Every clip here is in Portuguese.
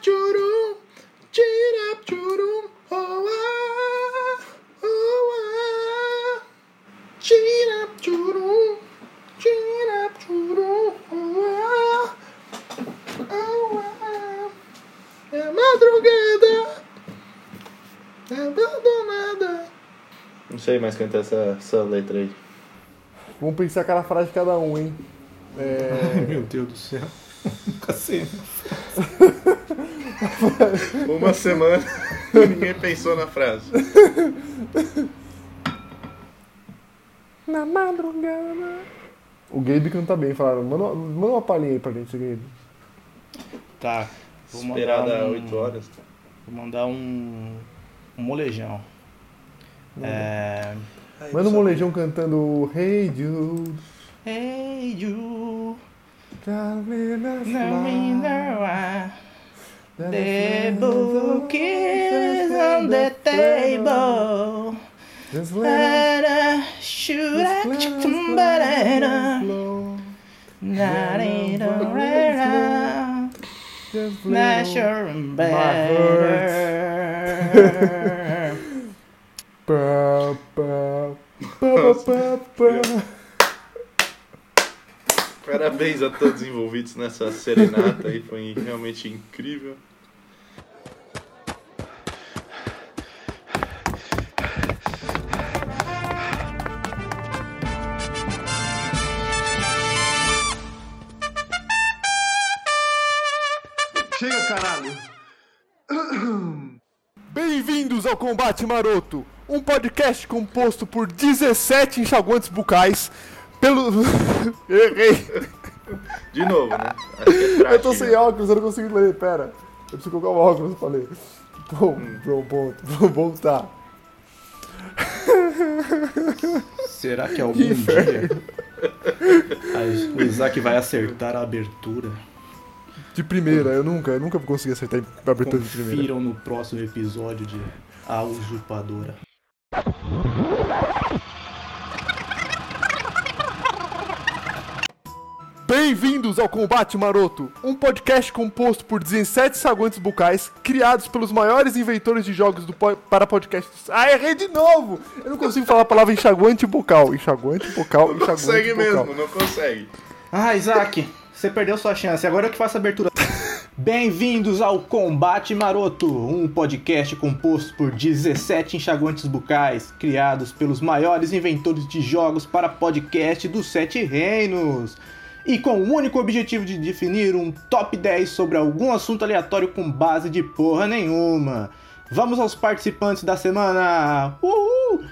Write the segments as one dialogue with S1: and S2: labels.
S1: tchurum, tirap, tchurum, oh, ah, oh, ah. Tirap, tchurum, tirap, tchurum, oh, ah, oh, ah. É madrugada, é abandonada.
S2: Não sei mais cantar essa, essa letra aí.
S3: Vamos pensar cada frase de cada um, hein? É.
S4: Ai, meu Deus do céu. Nunca sei.
S2: Uma semana ninguém pensou na frase.
S3: Na madrugada. O Gabe canta bem, falaram. Manda, uma- manda uma palhinha aí pra gente, Gabe.
S5: Tá. Vou mandar
S2: Esperada
S5: um-
S2: 8 horas.
S5: Vou mandar um. Um molejão.
S2: Uhum.
S5: É.
S3: Manda um molejão cantando Hey Jude.
S5: Hey, you.
S3: Just let us
S5: Não me
S3: fly,
S5: know why.
S3: let us
S5: The
S3: fly,
S5: book is on the table.
S3: Just let us-
S5: But I should
S3: just
S5: act
S3: let us
S5: somebody
S3: fly,
S5: now.
S3: flow.
S5: Not in a rare.
S3: Just let us-
S5: Natural and
S3: My
S5: better.
S3: Pá, pá, pá, pá, pá.
S2: Parabéns a todos envolvidos nessa serenata aí, foi realmente incrível.
S3: Bem-vindos ao Combate Maroto, um podcast composto por 17 enxaguantes bucais, pelo... Errei.
S2: De novo, né? Acho que é
S3: Eu tô sem
S2: prática.
S3: óculos, eu não consigo ler, pera. Eu preciso colocar o óculos, falei. Bom,
S2: Hum.
S3: bom, bom, bom, bom, tá.
S4: Será que algum dia a- o Isaac vai acertar a abertura?
S3: De primeira, eu nunca, eu nunca consegui acertar a abertura de primeira.
S4: Confiram no próximo episódio de A Usurpadora.
S3: Bem-vindos ao Combate Maroto, um podcast composto por 17 saguantes bucais, criados pelos maiores inventores de jogos do po- para podcasts. Ah, errei de novo! Eu não consigo falar a palavra enxaguante bucal. Enxaguante bucal,
S2: Não
S3: enxaguante
S2: consegue
S3: bucal.
S2: mesmo, não consegue.
S5: Ah, Isaac, você perdeu sua chance. Agora eu que faço a abertura. Bem-vindos ao Combate Maroto, um podcast composto por 17 enxaguantes bucais, criados pelos maiores inventores de jogos para podcast dos Sete Reinos. E com o único objetivo de definir um top 10 sobre algum assunto aleatório com base de porra nenhuma. Vamos aos participantes da semana! Uhul!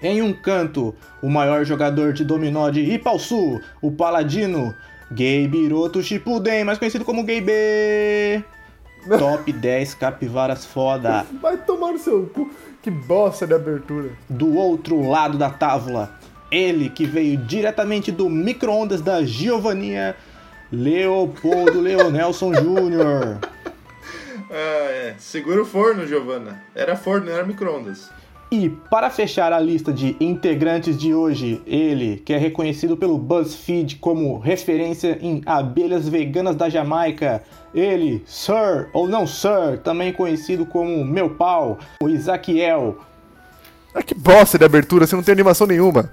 S5: Em um canto, o maior jogador de dominó de Ipauçu, o Paladino, Geibiroto Shippuden, mais conhecido como Geibe. Top 10 capivaras foda.
S3: Vai tomar no seu cu. Que bosta de abertura.
S5: Do outro lado da tábua, ele que veio diretamente do micro-ondas da Giovania, Leopoldo Leonelson Jr.
S2: Ah, é. Segura o forno, Giovana. Era forno, não era micro-ondas.
S5: E para fechar a lista de integrantes de hoje, ele, que é reconhecido pelo BuzzFeed como referência em abelhas veganas da Jamaica, ele, Sir, ou não Sir, também conhecido como Meu Pau, o Isaquiel.
S3: Ah, que bosta de abertura, você não tem animação nenhuma.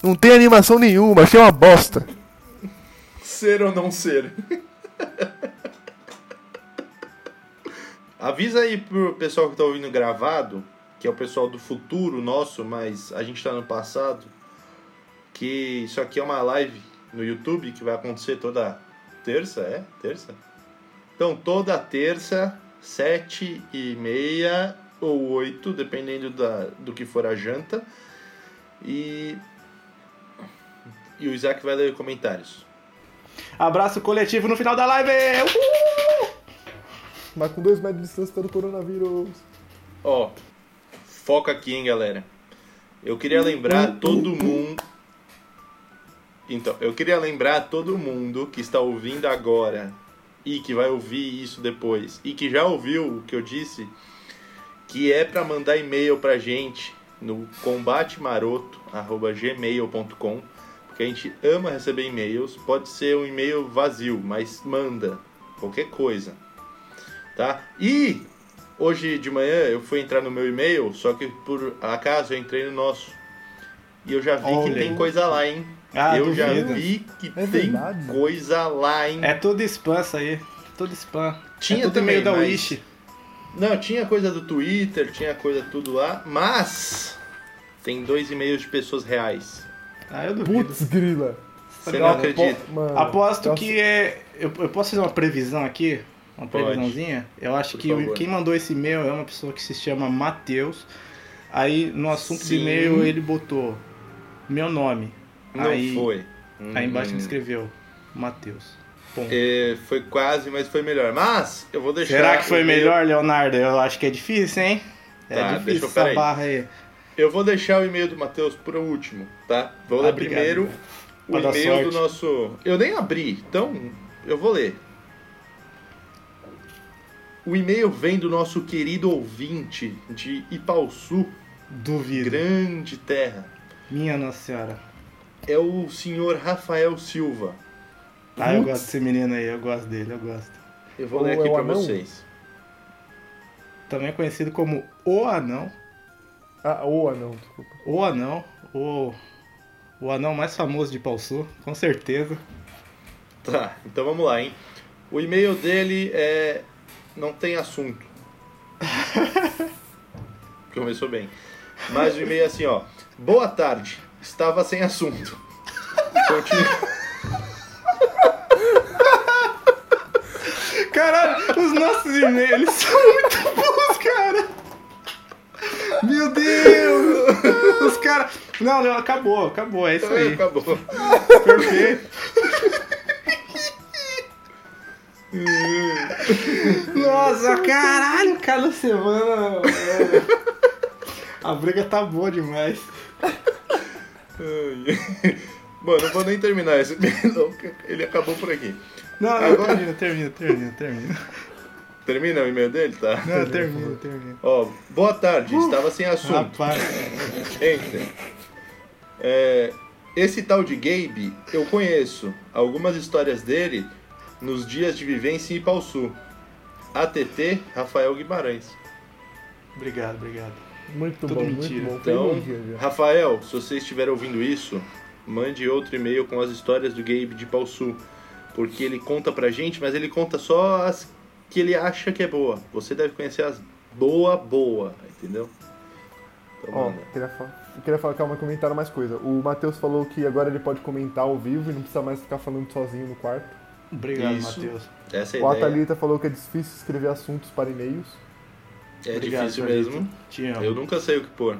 S3: Não tem animação nenhuma, achei uma bosta.
S2: Ser ou não ser? Avisa aí pro pessoal que tá ouvindo gravado, que é o pessoal do futuro nosso, mas a gente tá no passado, que isso aqui é uma live no YouTube que vai acontecer toda terça, é? Terça? Então, toda terça, sete e meia ou oito, dependendo da, do que for a janta. E, e o Isaac vai ler comentários.
S5: Abraço coletivo no final da live! Uhul!
S3: Mas com dois metros de distância tá do coronavírus.
S2: Ó, foca aqui, hein, galera. Eu queria lembrar a todo mundo. Então, eu queria lembrar a todo mundo que está ouvindo agora e que vai ouvir isso depois e que já ouviu o que eu disse, que é para mandar e-mail pra gente no combatemaroto@gmail.com, porque a gente ama receber e-mails, pode ser um e-mail vazio, mas manda qualquer coisa. Tá? E hoje de manhã eu fui entrar no meu e-mail, só que por acaso eu entrei no nosso. E eu já vi
S5: Olha
S2: que
S5: aí.
S2: tem coisa lá, hein?
S5: Ah,
S2: eu já
S5: duvido.
S2: vi que
S3: É
S2: tem
S3: verdade.
S2: coisa lá, hein?
S5: É tudo spam isso aí. Tudo spam.
S2: Tinha
S5: é tudo
S2: também,
S5: meio da
S2: mas-
S5: Wish.
S2: Não, tinha coisa do Twitter, tinha coisa tudo lá, mas tem dois e-mails de pessoas reais.
S5: Ah, eu duvido.
S3: Putz, grila.
S2: Você não
S5: Apo-
S2: acredita?
S3: um Mano,
S5: Aposto
S3: nossa,
S5: que é. Eu, eu posso fazer uma previsão aqui? Uma
S2: Pode.
S5: previsãozinha? Eu acho
S2: Por
S5: que o-
S2: favor.
S5: quem mandou esse e-mail é uma pessoa que se chama Matheus. Aí no assunto do
S2: Sim.
S5: e-mail ele botou meu nome.
S2: Não
S5: aí,
S2: foi.
S5: Aí embaixo ele
S2: Hum.
S5: escreveu Matheus. Ponto.
S2: É, foi quase, mas foi melhor. Mas eu vou deixar.
S5: Será que foi
S2: o e-mail-
S5: melhor, Leonardo? Eu acho que é difícil, hein? É
S2: Tá,
S5: difícil
S2: deixa eu-
S5: essa
S2: peraí.
S5: barra aí.
S2: Eu vou deixar o e-mail do Matheus por último, tá? Vou
S5: Ah,
S2: ler
S5: obrigado.
S2: primeiro o
S5: Pra dar
S2: e-mail do
S5: sorte.
S2: nosso. Eu nem abri, então eu vou ler. O e-mail vem do nosso querido ouvinte de Ipauçu,
S5: Duvido.
S2: grande terra.
S5: Minha Nossa Senhora.
S2: É o senhor Rafael Silva.
S5: Ah, eu
S3: Putz.
S5: gosto desse menino aí, eu gosto dele, eu gosto.
S2: Eu vou
S3: Ou
S2: ler
S3: é
S2: aqui
S3: o
S2: pra
S3: anão?
S2: vocês.
S5: Também conhecido como O Anão.
S3: Ah, ou anão, desculpa.
S5: O anão, o, o anão mais famoso de Pausu, com certeza.
S2: Tá, então vamos lá, hein? O e-mail dele é. Não tem assunto. Começou bem. Mas o e-mail é assim, ó. Boa tarde. Estava sem assunto. Continu-
S5: Caralho, os nossos e-mails eles são muito bons, cara. Meu Deus! Os caras. Não, não, acabou, acabou, é isso aí.
S2: Acabou.
S5: Perfeito. Nossa, caralho, cada semana. velho. A briga tá boa demais.
S2: Ai. Mano, eu vou nem terminar esse e-mail, não, porque ele acabou por aqui.
S5: Não, não,
S2: Agora-
S5: termina, termina, termina, termina.
S2: Termina o e-mail dele? Tá.
S5: Não, termina, termina.
S2: Ó, boa tarde.
S5: Uh,
S2: Estava sem assunto.
S5: Rapaz.
S2: Enter. É, esse tal de Gabe, eu conheço algumas histórias dele nos dias de vivência em Ipauçu. ATT Rafael Guimarães.
S5: Obrigado, obrigado.
S3: Muito
S5: Tudo
S3: bom,
S5: mentira.
S3: muito bom. Foi
S2: Então,
S3: bom dia, viu?
S2: Rafael, se você estiver ouvindo isso, mande outro e-mail com as histórias do Gabe de Ipauçu. Porque ele conta pra gente, mas ele conta só as que ele acha que é boa. Você deve conhecer as boa, boa, entendeu? Então,
S3: Ó,
S2: manda.
S3: queria falar, eu queria falar, calma, comentaram mais coisa. O Matheus falou que agora ele pode comentar ao vivo e não precisa mais ficar falando sozinho no quarto.
S5: Obrigado,
S2: Isso.
S5: Matheus.
S2: Essa é a
S3: O
S2: ideia.
S3: Athalita falou que é difícil escrever assuntos para e-mails.
S2: É
S5: Obrigado,
S2: difícil
S5: Thalita.
S2: mesmo.
S5: Te amo.
S2: Eu nunca sei o que pôr.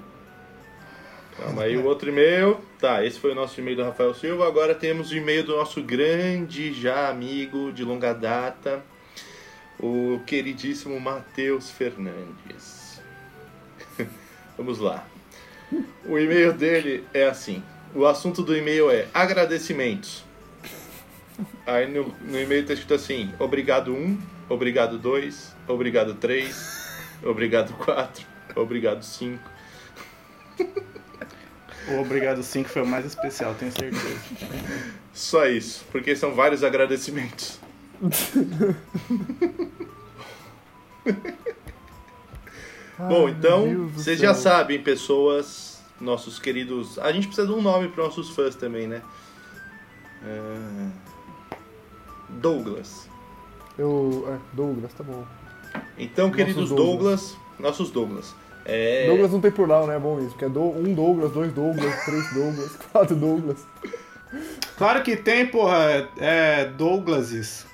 S2: Calma aí, o outro e-mail. Tá, esse foi o nosso e-mail do Rafael Silva. Agora temos o e-mail do nosso grande já amigo de longa data, o queridíssimo Matheus Fernandes. Vamos lá. O e-mail dele é assim. O assunto do e-mail é agradecimentos. Aí no, no e-mail tá escrito assim: obrigado 1, obrigado 2, obrigado 3, obrigado 4, obrigado 5.
S5: O Obrigado 5 foi o mais especial, tenho certeza.
S2: Só isso, porque são vários agradecimentos. Bom,
S3: Ai, meu
S2: então,
S3: Deus do
S2: vocês
S3: céu.
S2: já sabem, pessoas, nossos queridos. A gente precisa de um nome para nossos fãs também, né? É, Douglas.
S3: Eu, é, Douglas, tá bom.
S2: Então,
S3: Nossos
S2: queridos Douglas. nossos Douglas. É,
S3: Douglas não tem plural, né? É bom isso, porque é do, um Douglas, dois Douglas, três Douglas, quatro Douglas.
S5: Claro que tem, porra. É. Douglases.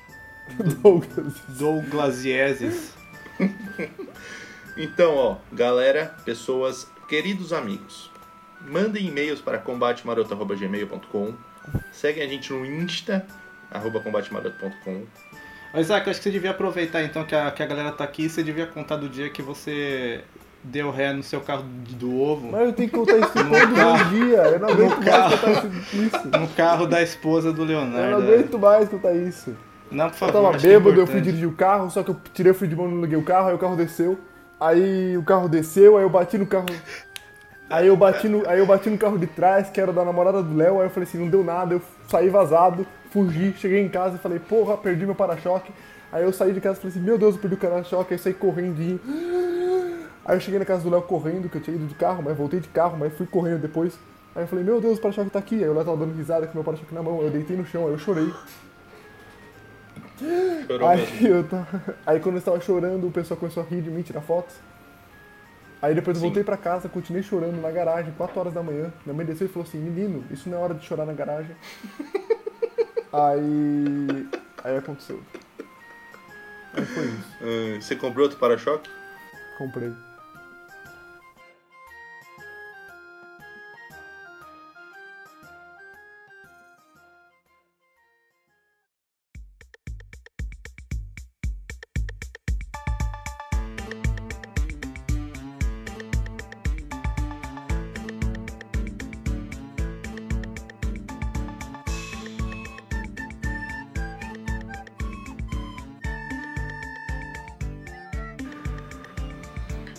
S3: Douglas.
S5: Douglasieses.
S2: Então, ó, galera, pessoas, queridos amigos, mandem e-mails para combatemaroto.gmail.com. Seguem a gente no Insta, arroba combatemaroto.com.
S5: Ô, Isaac, eu acho que você devia aproveitar então que a, que a galera tá aqui. Você devia contar do dia que você deu ré no seu carro de- do ovo.
S3: Mas eu tenho que contar isso todo
S5: carro.
S3: dia. Eu não aguento mais
S5: carro.
S3: contar isso- isso.
S5: No carro da esposa do
S3: Eu não
S5: Leonardo. é.
S3: aguento mais contar isso.
S5: Não, por
S3: Eu
S5: favor.
S3: tava
S5: acho que é
S3: bêbado, eu fui
S5: importante.
S3: dirigir o carro, só que eu tirei o fio de mão, não liguei o carro, aí o carro desceu. Aí o carro desceu, aí eu bati no carro. Aí eu bati no, aí eu bati no carro de trás, que era da namorada do Léo, aí eu falei assim, não deu nada, eu saí vazado, fugi, cheguei em casa e falei, porra, perdi meu para-choque. Aí eu saí de casa e falei assim, meu Deus, eu perdi o canal-choque, aí eu saí correndo e... Aí eu cheguei na casa do Léo correndo, que eu tinha ido de carro, mas voltei de carro, mas fui correndo depois. Aí eu falei, meu Deus, o para-choque tá aqui. Aí o Léo tava dando risada com o meu para-choque na mão, eu deitei no chão, aí eu chorei.
S2: Chorou
S3: Aí,
S2: mesmo.
S3: eu tava... aí quando eu estava chorando, o pessoal começou a rir de mim, tirar fotos. Aí depois eu
S2: Sim.
S3: voltei pra casa, continuei chorando na garagem, 4 horas da manhã. Minha mãe desceu e falou assim, menino, isso não é hora de chorar na garagem. aí... Aí aconteceu. Aí foi isso.
S2: Ah, Você comprou outro para-choque?
S3: Comprei.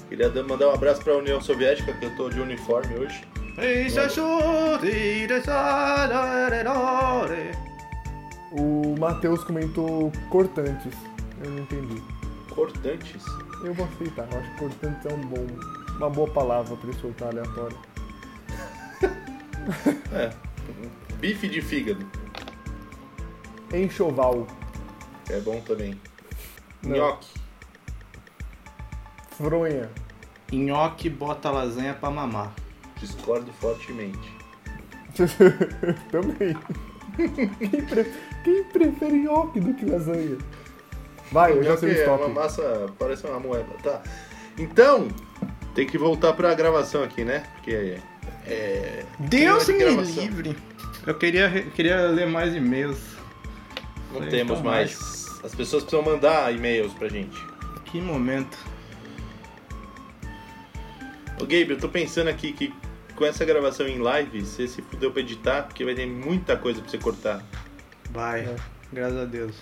S2: Queria dar- mandar um abraço pra União Soviética, que eu tô de uniforme hoje.
S3: O Matheus comentou cortantes. Eu não entendi.
S2: Cortantes.
S3: Eu vou aceitar. Eu acho que cortantes é um bom, uma boa palavra pra ele soltar aleatório.
S2: É. Bife de fígado.
S3: Enxoval.
S2: É bom também.
S3: Não.
S2: Nhoque.
S3: Fronha.
S5: Nhoque bota lasanha pra mamar.
S2: Discordo fortemente.
S3: Também. Quem, pre- quem prefere nhoque do que lasanha? Vai, eu já sei o
S2: Nhoque é
S3: stop.
S2: uma massa, parece uma moeda. Tá. Então, tem que voltar pra gravação aqui, né? Porque é. é-
S5: Deus
S2: Clima
S5: me
S2: de gravação.
S5: livre. Eu queria, eu queria ler mais e-mails. "Então
S2: Não
S5: Foi
S2: temos
S5: tão
S2: mais. As pessoas precisam mandar e-mails pra gente.
S5: Que momento.
S2: Ô Gabe, eu tô pensando aqui que com essa gravação em live, você se fudeu pra editar, porque vai ter muita coisa pra você cortar.
S5: Vai.
S3: É.
S5: Graças a Deus.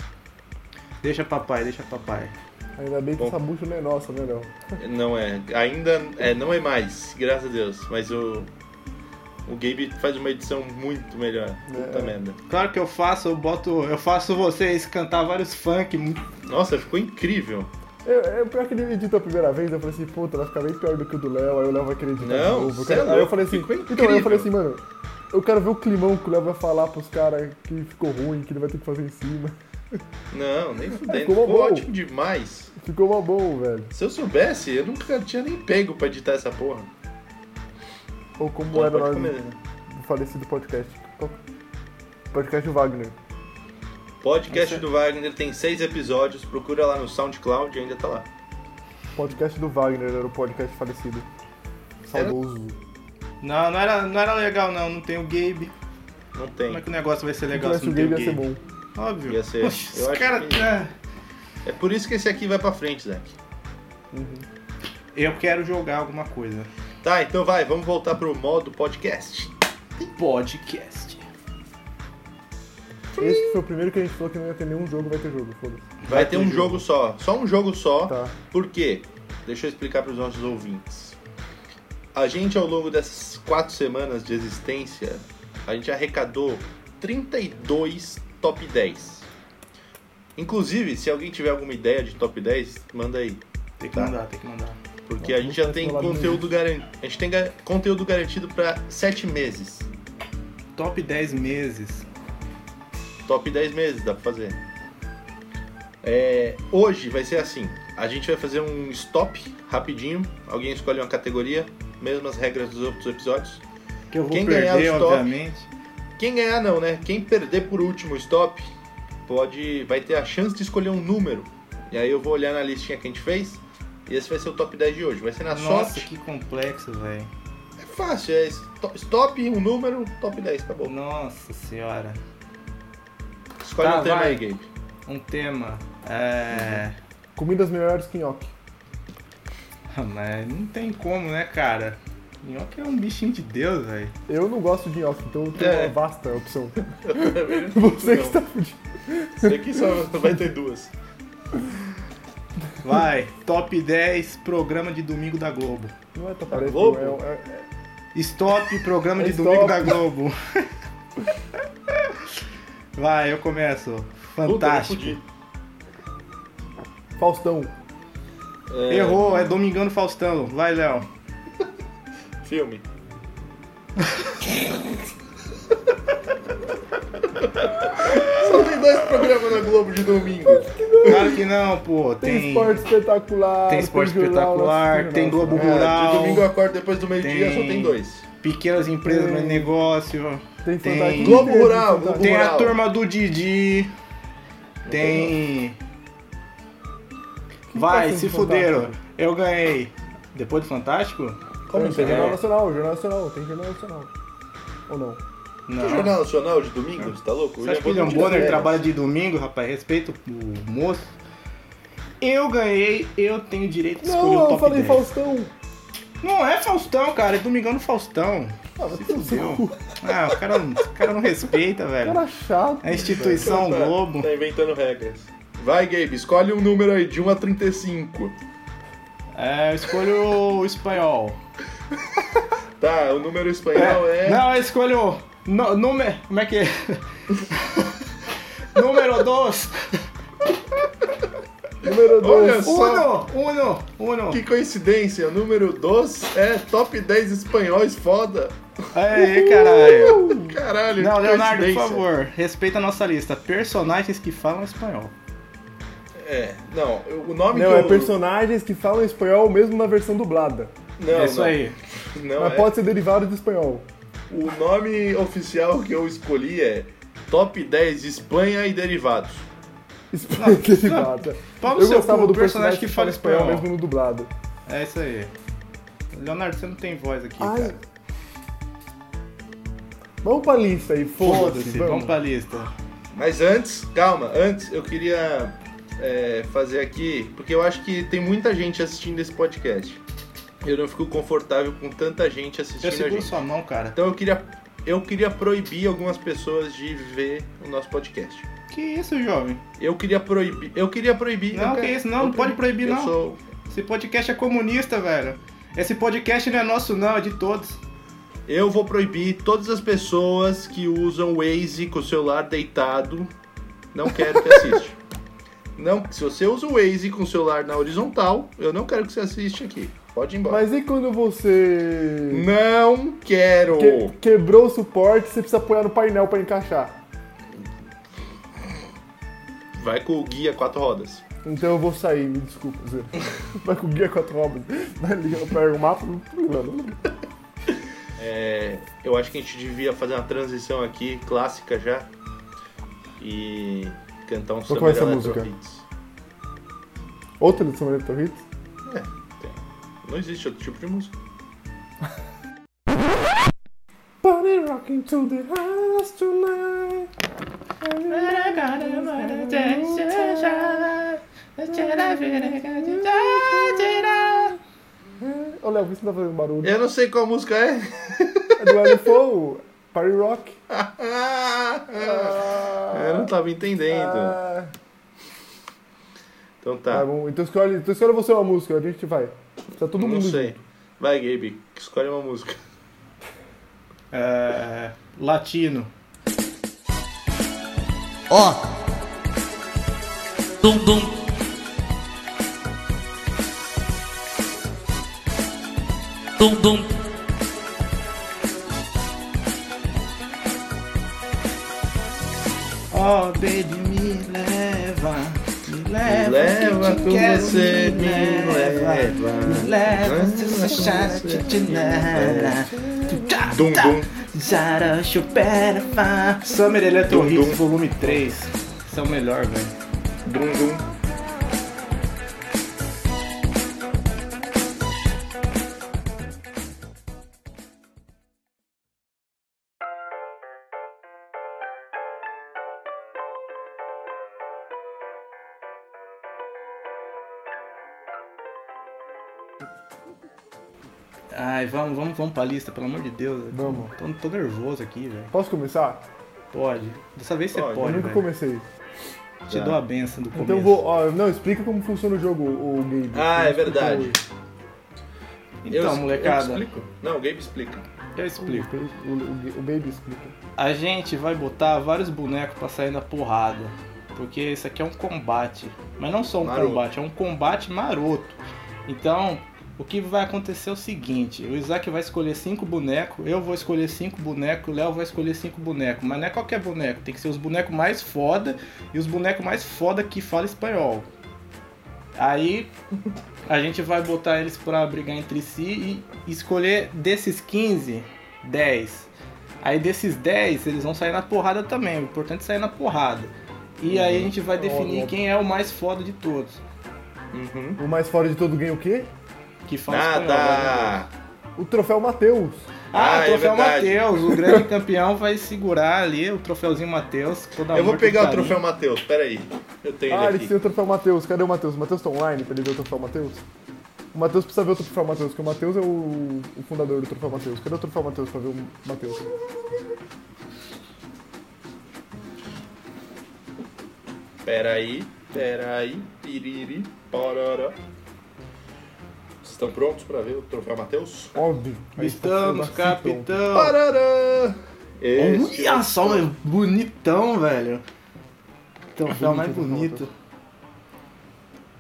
S5: Deixa papai, deixa papai.
S3: Ainda bem que
S2: Bom.
S3: essa bucha não é nossa, né, Léo?
S2: Não é. Ainda é, não é mais, graças a Deus. Mas o. O Gabe faz uma edição muito melhor. Puta
S3: É.
S2: merda.
S5: Claro que eu faço, eu boto. Eu faço vocês cantar vários funk.
S2: Nossa, ficou incrível.
S3: Eu, eu, pior que ele me editou a primeira vez, eu falei assim, puta, vai ficar bem pior do que o do Léo, aí o Léo vai querer editar
S2: Não,
S3: de novo. Eu
S2: cê é
S3: quero- aí eu
S2: louco,
S3: falei assim,
S2: ficou
S3: então aí eu falei
S2: incrível.
S3: assim, mano, eu quero ver o climão que o Léo vai falar pros caras que ficou ruim, que ele vai ter que fazer em cima.
S2: Não, nem fudendo.
S3: Ficou
S2: Ficou
S3: bom.
S2: ótimo demais.
S3: Ficou uma boa, velho.
S2: Se eu soubesse, eu nunca tinha nem pego pra editar essa porra.
S3: Ou como
S2: Então,
S3: era
S2: pode
S3: é nós né?
S2: comer.
S3: do falecido podcast. Podcast do Wagner.
S2: Podcast do Wagner tem seis episódios, procura lá no SoundCloud, ainda tá lá.
S3: Podcast do Wagner era o podcast falecido.
S5: um
S3: Saudoso.
S5: Não, não era, não era legal não, não tem o Gabe.
S2: Não
S5: Como é
S2: tem.
S5: que o negócio vai ser
S3: Se
S5: legal se
S3: tivesse
S5: não
S3: o
S5: tem o
S3: game
S5: Gabe?
S3: ia ser bom.
S5: Óbvio.
S2: Ia ser.
S5: Poxa,
S2: Eu
S5: os
S2: acho
S5: caras.
S2: que-
S5: ah,
S2: É por isso que esse aqui vai pra frente, Zack.
S5: Eu quero jogar alguma coisa.
S2: Tá, então vai, vamos voltar pro modo podcast.
S5: Podcast.
S3: Esse que foi o primeiro que a gente falou que não ia ter nenhum jogo, vai ter jogo, foda-se.
S2: Vai ter um jogo só, só um jogo só.
S3: Tá.
S2: Por quê? Deixa eu explicar para os nossos ouvintes. A gente, ao longo dessas quatro semanas de existência, a gente arrecadou 32 top 10. Inclusive, se alguém tiver alguma ideia de top 10, manda aí.
S5: Tem que
S2: Tá.
S5: mandar, tem que mandar.
S2: Porque a gente já tem conteúdo garantido. A gente tem ga- conteúdo garantido para 7 meses.
S5: Top 10 meses.
S2: Top 10 meses, dá pra fazer. É, hoje vai ser assim: a gente vai fazer um stop rapidinho. Alguém escolhe uma categoria, mesmas regras dos outros episódios.
S5: Que eu vou
S2: Quem ganhar
S5: perder,
S2: os top-
S5: obviamente.
S2: Quem ganhar, não, né? Quem perder por último o stop pode, vai ter a chance de escolher um número. E aí eu vou olhar na listinha que a gente fez. E esse vai ser o top 10 de hoje. Vai ser na
S5: Nossa,
S2: sorte.
S5: que complexo, velho.
S2: É fácil, é stop- stop, um número, top 10, tá bom.
S5: Nossa senhora.
S2: Escolhe
S5: Tá,
S2: um tema
S5: vai.
S2: aí, Gabe.
S5: Um tema. É.
S3: Comidas melhores que nhoque.
S5: Ah, Mas não tem como, né, cara? Nhoque é um bichinho de Deus, velho.
S3: Eu não gosto de nhoque, então eu tenho
S2: É.
S3: uma vasta opção.
S2: Você
S3: Você que está fudido.
S2: Esse aqui só vai ter duas.
S5: Vai, top 10 programa de domingo da Globo.
S3: Não é
S5: Tá
S3: tapareta,
S2: Globo?
S3: é, é,
S5: Stop programa de
S3: Stop.
S5: domingo da Globo. Vai, eu começo.
S2: Puta, me
S5: Fantástico.
S2: fudi.
S3: é. Faustão.
S5: Errou, é Domingão do Faustão. Vai, Léo.
S2: Filme. Só tem dois programas na Globo de domingo.
S5: Claro que não, pô.
S3: Tem,
S5: Tem,
S3: esporte espetacular.
S5: tem esporte
S3: jornal
S5: espetacular,
S3: nacional.
S5: tem Globo
S2: É, de domingo eu
S5: Rural,
S2: acordo depois do meio-dia,
S5: Tem-
S2: só tem dois.
S5: pequenas empresas no
S3: Tem-
S5: negócio.
S3: Tem
S5: tem
S3: Fantástico
S2: Globo
S3: Inteiro,
S2: Rural,
S3: Fantástico-
S2: Globo-
S5: Tem a
S2: Rural.
S5: turma do Didi. Tem.
S3: que
S5: Vai,
S3: passa
S5: se
S3: no
S5: fuderam.
S3: Fantástico?
S5: Eu ganhei. Depois do Fantástico?
S3: Tem
S2: Como
S3: Jornal
S2: é?
S3: Nacional, Jornal Nacional, tem Jornal Nacional. Ou não?
S5: Não.
S2: Tem jornal nacional de domingo? Você tá louco?
S5: Ah. Você acha que o William Bonner trabalha de domingo, rapaz? Respeita o moço. Eu ganhei, eu tenho direito de escolher o
S3: Não, eu
S5: top
S3: falei
S5: 10.
S3: Faustão.
S5: Não é Faustão, cara, é Domingão no Faustão.
S3: Ah, vai tomar no seu
S5: fudeu.
S3: cu.
S5: Ah, o cara, o cara É não respeita, velho.
S3: Cara chato.
S5: A instituição
S2: tá,
S5: Globo.
S2: Tá inventando regras. Vai, Gabe, escolhe um número aí, de 1 a 35.
S5: É, eu escolho o espanhol.
S2: Tá, o número espanhol é.
S5: Não, eu escolho. No, número. Como é que é? número 2.
S3: Número
S2: Olha
S3: 2.
S2: só.
S5: Uno, uno, uno.
S2: Que coincidência, número 2 é top 10 espanhóis, foda.
S5: Aí, caralho.
S2: Caralho,
S5: Uh. Não,
S2: Uh! que
S5: Leonardo, por
S2: coincidência.
S5: favor, respeita a nossa lista. Personagens que falam espanhol.
S2: É, não, eu- o nome
S3: Não,
S2: que
S3: é
S2: eu...
S3: personagens que falam espanhol mesmo na versão dublada.
S2: Não,
S5: é isso
S2: não.
S5: aí.
S2: Não,
S3: Mas
S2: é-
S3: pode ser derivado de espanhol.
S2: O nome oficial que eu escolhi é Top 10 Espanha e Derivados.
S3: Espanhol derivada.
S5: Pau no
S3: Eu
S5: seu
S3: gostava
S5: cu,
S3: do personagem
S5: personagem que
S3: que
S5: fala
S3: fala espanhol
S5: espanhol.
S3: mesmo no dublado.
S5: É isso aí. Leonardo, você não tem voz aqui,
S3: Ai.
S5: cara.
S3: Vamos pra lista aí, foda-se.
S5: Foda-se,
S3: vamos.
S5: vamos pra lista.
S2: Mas antes, calma, antes eu queria é, fazer aqui, porque eu acho que tem muita gente assistindo esse podcast. Eu não fico confortável com tanta gente
S5: Eu
S2: assistindo a
S5: seguro
S2: gente.
S5: sua mão, cara.
S2: Então eu queria, eu queria proibir algumas pessoas de ver o nosso podcast.
S5: Que isso, jovem?
S2: Eu queria proibir. Eu queria proibir.
S5: Não,
S2: eu
S5: que
S2: quero-
S5: isso, não,
S2: eu
S5: não pode proibir,
S2: eu
S5: não.
S2: sou-
S5: Esse podcast é comunista, velho. Esse podcast não é nosso, não, é de todos.
S2: Eu vou proibir todas as pessoas que usam Waze com o celular deitado. Não quero que assiste. Não, se você usa o Waze com o celular na horizontal, eu não quero que você assiste aqui. Pode ir embora.
S3: Mas e quando você
S2: Não quero.
S3: que- quebrou o suporte, você precisa apoiar no painel pra encaixar?
S2: Vai com o guia quatro rodas.
S3: Então eu vou sair, me desculpa. Zé. Vai com o guia com a tropa. Vai ligar pra o mapa. não- mano.
S2: É, eu acho que a gente devia fazer uma transição aqui clássica já e cantar um
S3: Qual
S2: samba
S3: que é essa
S2: da
S3: música?
S2: Electro Hits.
S3: Outra de São Benedito Hits?
S2: Não existe outro tipo de música.
S3: Party rocking to the house tonight. Ô Léo, por que você não tá fazendo barulho?
S2: Eu não sei qual música é.
S3: É do LFO, Party Rock.
S2: Ah, Eu não tava entendendo.
S3: Ah,
S2: Então
S3: tá
S2: tá.
S3: bom. Então escolhe, então escolhe você uma música, a gente vai. Tá todo
S2: Não
S3: mundo
S2: sei. Vai, Gabe, escolhe uma música.
S5: É, latino.
S6: Dum dum. Dum dum.
S5: Oh, baby, me leva. Me
S2: Me
S5: leva,
S2: leva
S5: É, que eu te
S2: com
S5: quero,
S2: você, me leva.
S5: Me leva, se
S2: Leva
S5: você chora,
S2: com você, é
S5: te
S2: me
S5: nada.
S2: Dum dum.
S5: Zara, chuperfa. Summer Electro
S2: Dum,
S5: Hits,
S2: dum.
S5: volume 3. Isso é o melhor, velho.
S2: Dum dum.
S5: Ai, vamos, vamos, vamos pra lista, pelo amor de Deus.
S3: Vamos.
S5: Tô, tô nervoso aqui, velho.
S3: Posso começar?
S5: Pode. Dessa vez você
S2: Pode.
S5: pode,
S3: Eu nunca
S5: velho.
S3: comecei.
S5: Te dou a benção do começo.
S3: Então eu vou. ó, não, explica como funciona o jogo, o game.
S2: Ah, é verdade.
S5: Então,
S2: eu,
S5: molecada,
S2: Eu explico. Não, o Gabe explica.
S5: eu
S3: O,
S5: explico.
S3: o, o, o Baby explica.
S5: A gente vai botar vários bonecos pra sair na porrada. Porque isso aqui é um combate. Mas não só um
S2: Maroto.
S5: combate, é um combate maroto. Então, o que vai acontecer é o seguinte: o Isaac vai escolher cinco bonecos, eu vou escolher cinco bonecos, o Léo vai escolher cinco bonecos. Mas não é qualquer boneco, tem que ser os bonecos mais foda e os bonecos mais foda que falam espanhol. Aí a gente vai botar eles pra brigar entre si e escolher desses 15, 10. Aí desses 10, eles vão sair na porrada também. O importante é sair na porrada. E aí a gente vai definir
S3: Óbvio.
S5: quem é o mais foda de todos.
S2: Uhum.
S3: O mais fora de todo ganha o quê?
S5: Que fala
S2: Ah,
S5: espanhol,
S2: tá.
S5: né?
S2: Nada!
S3: O troféu Mateus.
S5: Ah,
S2: Ah,
S5: o
S2: é
S5: troféu
S2: verdade.
S5: Matheus. O grande campeão vai segurar ali o troféuzinho Matheus. toda
S2: Eu vou
S5: morte
S2: pegar o
S5: tá ali.
S2: troféu Matheus, peraí. Eu tenho
S3: Ah,
S2: ele
S3: eles
S2: aqui.
S3: têm o troféu Mateus. Cadê o Mateus? O Mateus tá online pra ele ver o troféu Mateus? O Matheus precisa ver o troféu Mateus, porque o Mateus é o, o fundador do troféu Mateus. Cadê o troféu Mateus pra ver o Mateus?
S2: Peraí, peraí, piriri, pororó. Vocês estão prontos pra ver o troféu Matheus?
S3: Óbvio. Aí está sendo
S5: Estamos,
S3: assim, então.
S5: capitão.
S2: Parará! Este
S5: Olha só, meu, bonitão, velho. Troféu Então, tá mais
S3: bonito.
S5: bonito.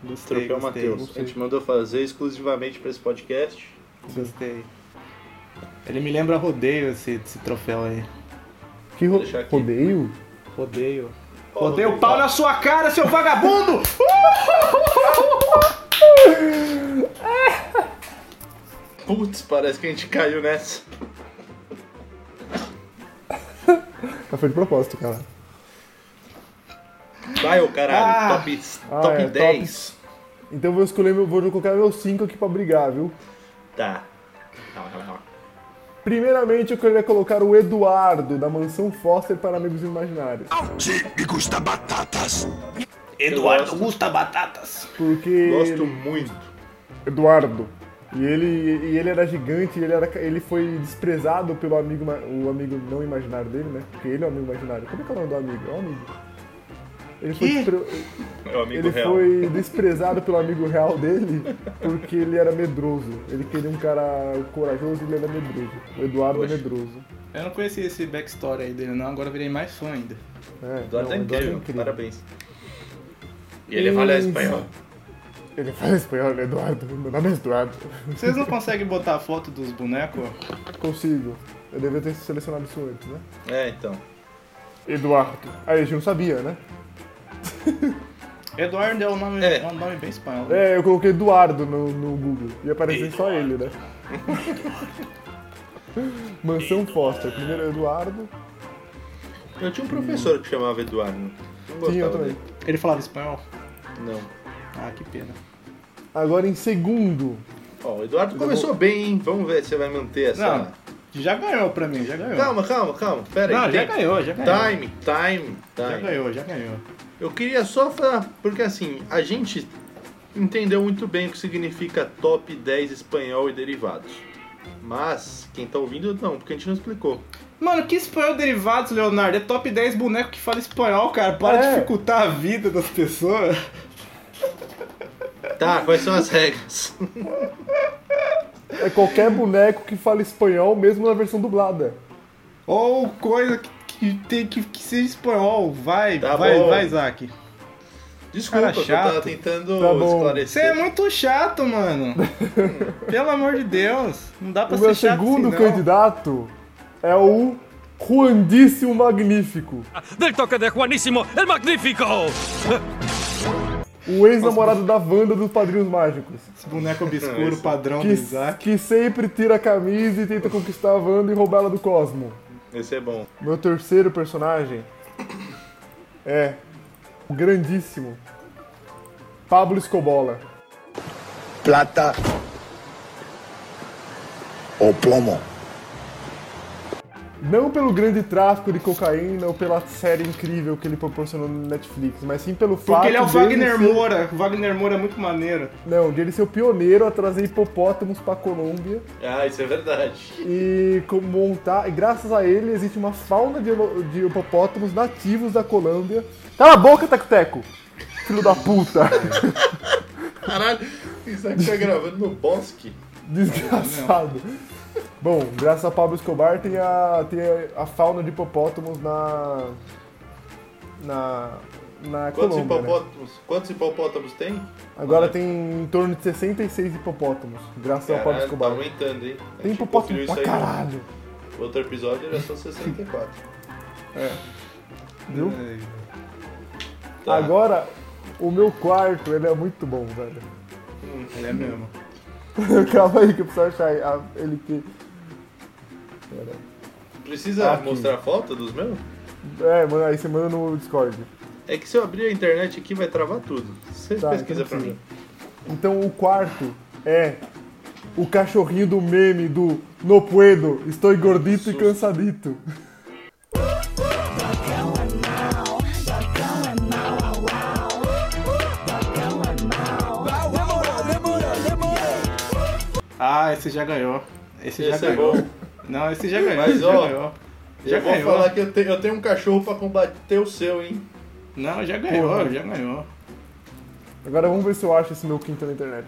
S2: é o
S5: Gostei,
S2: troféu
S5: gostei,
S2: Matheus. A gente mandou fazer exclusivamente pra esse podcast.
S5: Gostei. Ele me lembra rodeio, esse, esse troféu aí.
S3: Que ro-
S2: Deixa aqui.
S3: rodeio?
S5: Rodeio.
S2: Ó,
S5: Botei o pau na sua cara, seu vagabundo!
S2: Putz, parece que a gente caiu nessa.
S3: Mas foi Tá de propósito, cara.
S2: Vai, ô caralho.
S5: Ah.
S2: top
S3: Ah,
S2: top
S3: é, top.
S2: 10.
S3: Então eu vou escolher, meu, vou colocar meus cinco aqui pra brigar, viu?
S2: Tá. Calma, calma, calma.
S3: Primeiramente, eu queria colocar o Eduardo, da Mansão Foster para Amigos Imaginários.
S2: Eduardo
S5: Gusta Batatas.
S3: Porque...
S2: Gosto muito.
S3: Eduardo. E ele, e ele era gigante, ele, era, ele foi desprezado pelo amigo, ma- o amigo não imaginário dele, né? Porque ele é o amigo imaginário. Como é que é o nome do amigo? É o amigo. Ele, foi, despre-
S2: Meu amigo
S3: ele
S2: real.
S3: foi desprezado pelo amigo real dele porque ele era medroso. Ele queria um cara corajoso e ele era medroso. O Eduardo é
S2: Poxa.
S3: medroso.
S5: Eu não conhecia esse backstory aí dele, não. Agora eu virei mais fã ainda.
S3: É,
S2: Eduardo
S3: não,
S2: é
S3: o
S2: incrível.
S3: é incrível.
S2: Parabéns. E ele fala
S3: Isso.
S2: espanhol.
S3: Ele fala espanhol, Eduardo. Meu nome é Eduardo.
S5: Vocês não conseguem botar a foto dos bonecos?
S3: Consigo. Eu devia ter selecionado isso antes, né?
S2: É, então.
S3: Eduardo. Aí a gente não sabia, né?
S5: Eduardo é um nome,
S2: É.
S5: é. um nome bem espanhol.
S3: É, eu coloquei Eduardo no, no Google e apareceu só ele, né? Mansão Foster. Primeiro Eduardo.
S2: Eu tinha um professor que chamava Eduardo. Não
S3: Sim, eu
S2: gostava
S3: também.
S2: dele.
S5: Ele falava espanhol?
S2: Não.
S5: Ah, que pena.
S3: Agora em segundo.
S2: Ó, o Eduardo começou bem, hein? Vamos ver se você vai manter essa.
S5: Não, já ganhou pra mim, já ganhou.
S2: Calma, calma, calma. Pera
S5: não,
S2: aí.
S5: já
S2: tem-
S5: ganhou, já ganhou.
S2: Time, time,
S5: É. Já
S2: time.
S5: ganhou, já ganhou.
S2: Eu queria só falar, porque assim, a gente entendeu muito bem o que significa top 10 espanhol e derivados. Mas, quem tá ouvindo, não, porque a gente não explicou.
S5: Mano, que espanhol derivados, Leonardo? É top 10 boneco que fala espanhol, cara. Para
S3: É.
S5: de dificultar a vida das pessoas.
S2: Tá, quais são as regras?
S3: É qualquer boneco que fala espanhol, mesmo na versão dublada.
S5: Ou coisa que, que tem que, que seja espanhol. Vai,
S2: Tá
S5: vai,
S2: bom.
S5: vai, Isaac.
S2: Desculpa,
S5: Cara
S2: eu tava
S5: chato.
S2: tentando
S3: Tá bom.
S5: Você
S2: esclarecer.
S5: é muito chato, mano. Pelo amor de Deus. Não dá pra
S3: o
S5: ser
S3: meu
S5: chato
S3: segundo
S5: assim, não.
S3: candidato é o Juandíssimo Magnífico.
S6: del toque de Juanísimo, el magnífico.
S3: O ex-namorado da Wanda dos Padrinhos Mágicos.
S5: Esse boneco obscuro, padrão do
S3: Que,
S5: Isaac.
S3: que sempre tira a camisa e tenta conquistar a Wanda e roubá-la do Cosmo.
S2: Esse é bom.
S3: Meu terceiro personagem é o grandíssimo Pablo Escobola.
S7: plata o plomo.
S3: Não pelo grande tráfico de cocaína ou pela série incrível que ele proporcionou no Netflix, mas sim pelo fato
S5: Porque ele é o
S3: dele assim.
S5: Wagner
S3: ser-
S5: Moura. O Wagner Moura é muito maneiro.
S3: Não, de ele ser o pioneiro a trazer hipopótamos pra Colômbia
S2: Ah, isso é verdade.
S3: e co- montar. E graças a ele existe uma fauna de, hilo- de hipopótamos nativos da Colômbia. Cala a boca, Teco-Teco! Filho da puta!
S2: Caralho, isso aqui tá gravando no bosque.
S3: Desgraçado. Bom, graças a Pablo Escobar tem a, tem a, a fauna de hipopótamos na, na, na
S2: Quantos
S3: Colômbia. né?
S2: hipopótamos, quantos hipopótamos tem?
S3: Agora tem em torno de 66 hipopótamos, graças ao Pablo
S2: Caralho, tá
S3: Escobar.
S2: aumentando, hein? A
S3: Tem
S2: gente
S3: hipopótamo
S2: conferiu
S3: pra
S2: isso aí no
S3: caralho,
S2: Outro episódio era só 64.
S3: viu?
S2: Hum,
S5: É,
S2: Tá.
S3: Agora, o meu quarto, ele é muito bom, velho.
S5: Ele é mesmo.
S3: Calma aí que eu preciso achar a- ele que...
S2: Precisa
S3: Aqui.
S2: mostrar foto dos meus?
S3: É, mano, aí você manda no Discord.
S2: É que se eu abrir a internet aqui vai travar tudo. Você
S3: Tá,
S2: pesquisa
S3: então
S2: pra
S3: precisa.
S2: mim.
S3: Então o quarto é o cachorrinho do meme do No Puedo, estou gordito e cansadito.
S5: Ah, esse já ganhou. Esse, já
S2: Esse é
S5: ganhou.
S2: bom.
S5: Não, esse já ganhou.
S2: Mas,
S5: esse
S2: ó,
S5: já ganhou. Já
S2: Já vou
S5: ganhou.
S2: falar que eu, te- eu tenho um cachorro pra combater o seu, hein?
S5: Não, já ganhou,
S3: Porra.
S5: já ganhou.
S3: Agora vamos ver se eu acho esse meu quinto na internet.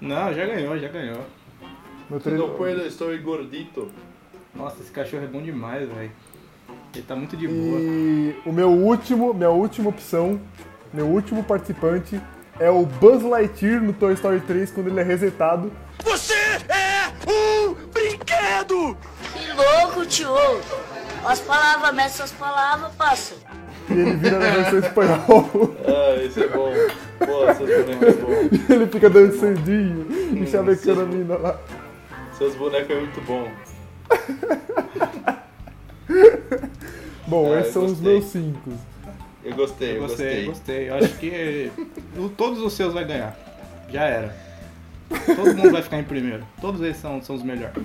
S5: Não, já ganhou, já ganhou.
S3: Meu
S2: Eu
S3: treino...
S2: não puedo, estou gordito.
S5: Nossa, esse cachorro é bom demais, velho. Ele tá muito de boa.
S2: Hum.
S3: E o meu último, minha última opção, meu último participante é o Buzz Lightyear no Toy Story 3 quando ele é resetado.
S8: Que louco, tio! As palavras, mete suas palavras, parça.
S3: E ele vira na versão espanhol.
S2: Ah, esse é bom. Pô, seus bonecos é bom.
S3: e ele fica dançandinho e chavecando a mina lá.
S2: Seus bonecos é muito bom.
S3: Bom,
S2: Ah,
S3: esses
S2: eu
S3: são os
S2: gostei.
S3: meus cinco.
S2: Eu gostei, eu
S5: Gostei,
S2: gostei.
S5: gostei. Eu acho que o- todos os seus vai ganhar. Já era. Todo mundo vai ficar em primeiro. Todos eles são, são os melhores.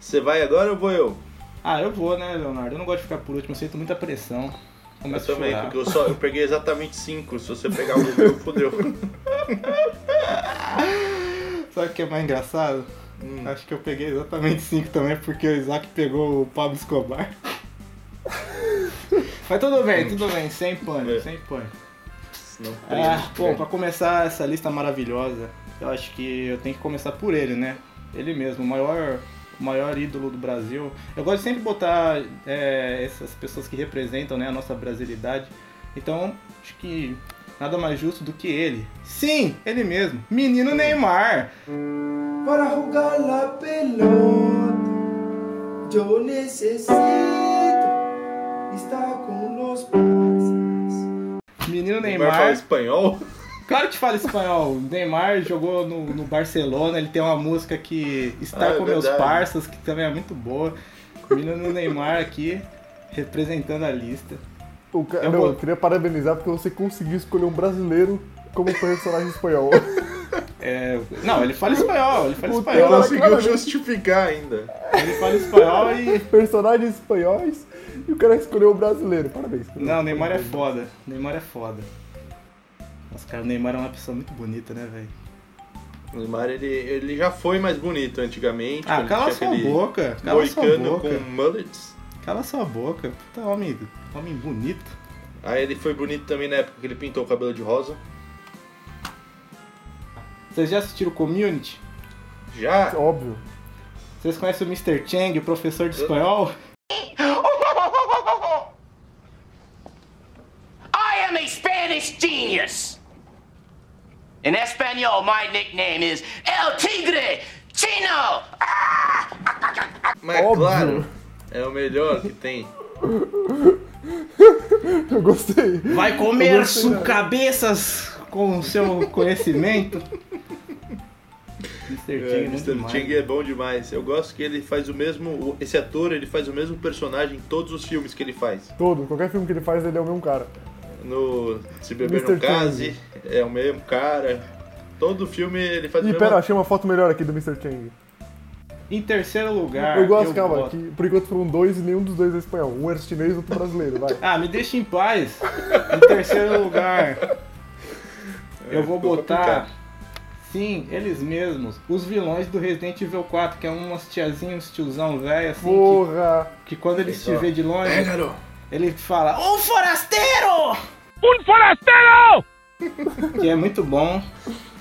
S2: Você vai agora ou vou eu?
S5: Ah, eu vou, né, Leonardo? Eu não gosto de ficar por último, eu sinto muita pressão.
S2: Eu
S5: Começo a
S2: também,
S5: chorar.
S2: porque eu, só, eu peguei exatamente cinco. Se você pegar um, o meu, fodeu.
S5: Sabe o que é mais engraçado? Acho que eu peguei exatamente 5 também, porque o Isaac pegou o Pablo Escobar. Mas tudo bem, tudo bem, sem pânico, sem pânico.
S2: Senão,
S5: Ah, É. bom, pra começar essa lista maravilhosa, eu acho que eu tenho que começar por ele, né? Ele mesmo, o maior, o maior ídolo do Brasil. Eu gosto de sempre botar é, essas pessoas que representam né, a nossa brasilidade. Então, acho que nada mais justo do que ele. Sim, ele mesmo, menino Neymar.
S9: Para jogar la pelota, yo necesito estar com los pases.
S5: Menino
S2: Neymar fala
S5: Neymar.
S2: espanhol?
S5: Claro que fala espanhol. O Neymar jogou no, no Barcelona, ele tem uma música que está
S2: Ah, é
S5: com meus
S2: verdade.
S5: parças, que também é muito boa. Menino Neymar aqui, representando a lista.
S3: O ca-
S5: Eu
S3: Não,
S5: vou-
S3: eu queria parabenizar porque você conseguiu escolher um brasileiro como personagem espanhol.
S5: É, não, ele fala espanhol, ele fala
S3: Puta,
S5: espanhol.
S3: nossa.
S2: Conseguiu justificar ainda.
S5: Ele fala espanhol e.
S3: Personagens espanhóis e o cara escolheu o brasileiro. Parabéns. cara.
S5: Não, o Neymar é foda. O Neymar é foda. Nossa, cara, o Neymar é uma pessoa muito bonita, né, velho?
S2: O Neymar, ele, ele já foi mais bonito antigamente.
S5: Ah,
S2: quando
S5: cala
S2: tinha
S5: sua
S2: é aquele
S5: boca. Cala sua
S2: Moicano com
S5: boca.
S2: mullets.
S5: Cala sua boca. Puta homem, homem bonito.
S2: Aí ele foi bonito também na época que ele pintou o cabelo de rosa.
S5: Vocês já assistiram Community?
S2: Já?
S3: Óbvio.
S5: Vocês conhecem o Mr. Chang, o professor de espanhol?
S10: I am a Spanish genius. In Espanol, my nickname is El Tigre Chino.
S2: Mas
S3: Óbvio.
S2: claro, é o melhor que tem.
S3: Eu gostei.
S5: Vai comer cabeças com o seu conhecimento. Mr. Chang
S2: É,
S5: é muito
S2: Mr.
S5: demais.
S2: Chang é bom demais. Eu gosto que ele faz o mesmo. o- Esse ator ele faz o mesmo personagem em todos os filmes que ele faz.
S3: Todo, qualquer filme que ele faz, ele é o mesmo cara.
S2: No Se Beber
S3: Mr.
S2: no Case, é o mesmo cara. Todo filme ele faz o
S3: Ih,
S2: mesmo.
S3: pera, achei uma foto melhor aqui do Mr. Chang.
S5: Em terceiro lugar,
S3: Eu gosto, calma,
S5: boto-
S3: que por enquanto foram dois e nenhum dos dois é espanhol. Um era chinês e outro brasileiro, vai.
S5: Ah, me deixa em paz. Em terceiro lugar, eu vou
S2: É, ficou
S5: botar.
S2: complicado.
S5: Sim, eles mesmos. Os vilões do Resident Evil 4, que é umas tiazinhas, uns tiozão velho, assim, que
S3: Porra!
S5: Que quando ele se
S2: Isso.
S5: vê de longe,
S2: É, garoto.
S5: ele fala: Um forasteiro! Um forasteiro! Que é muito bom.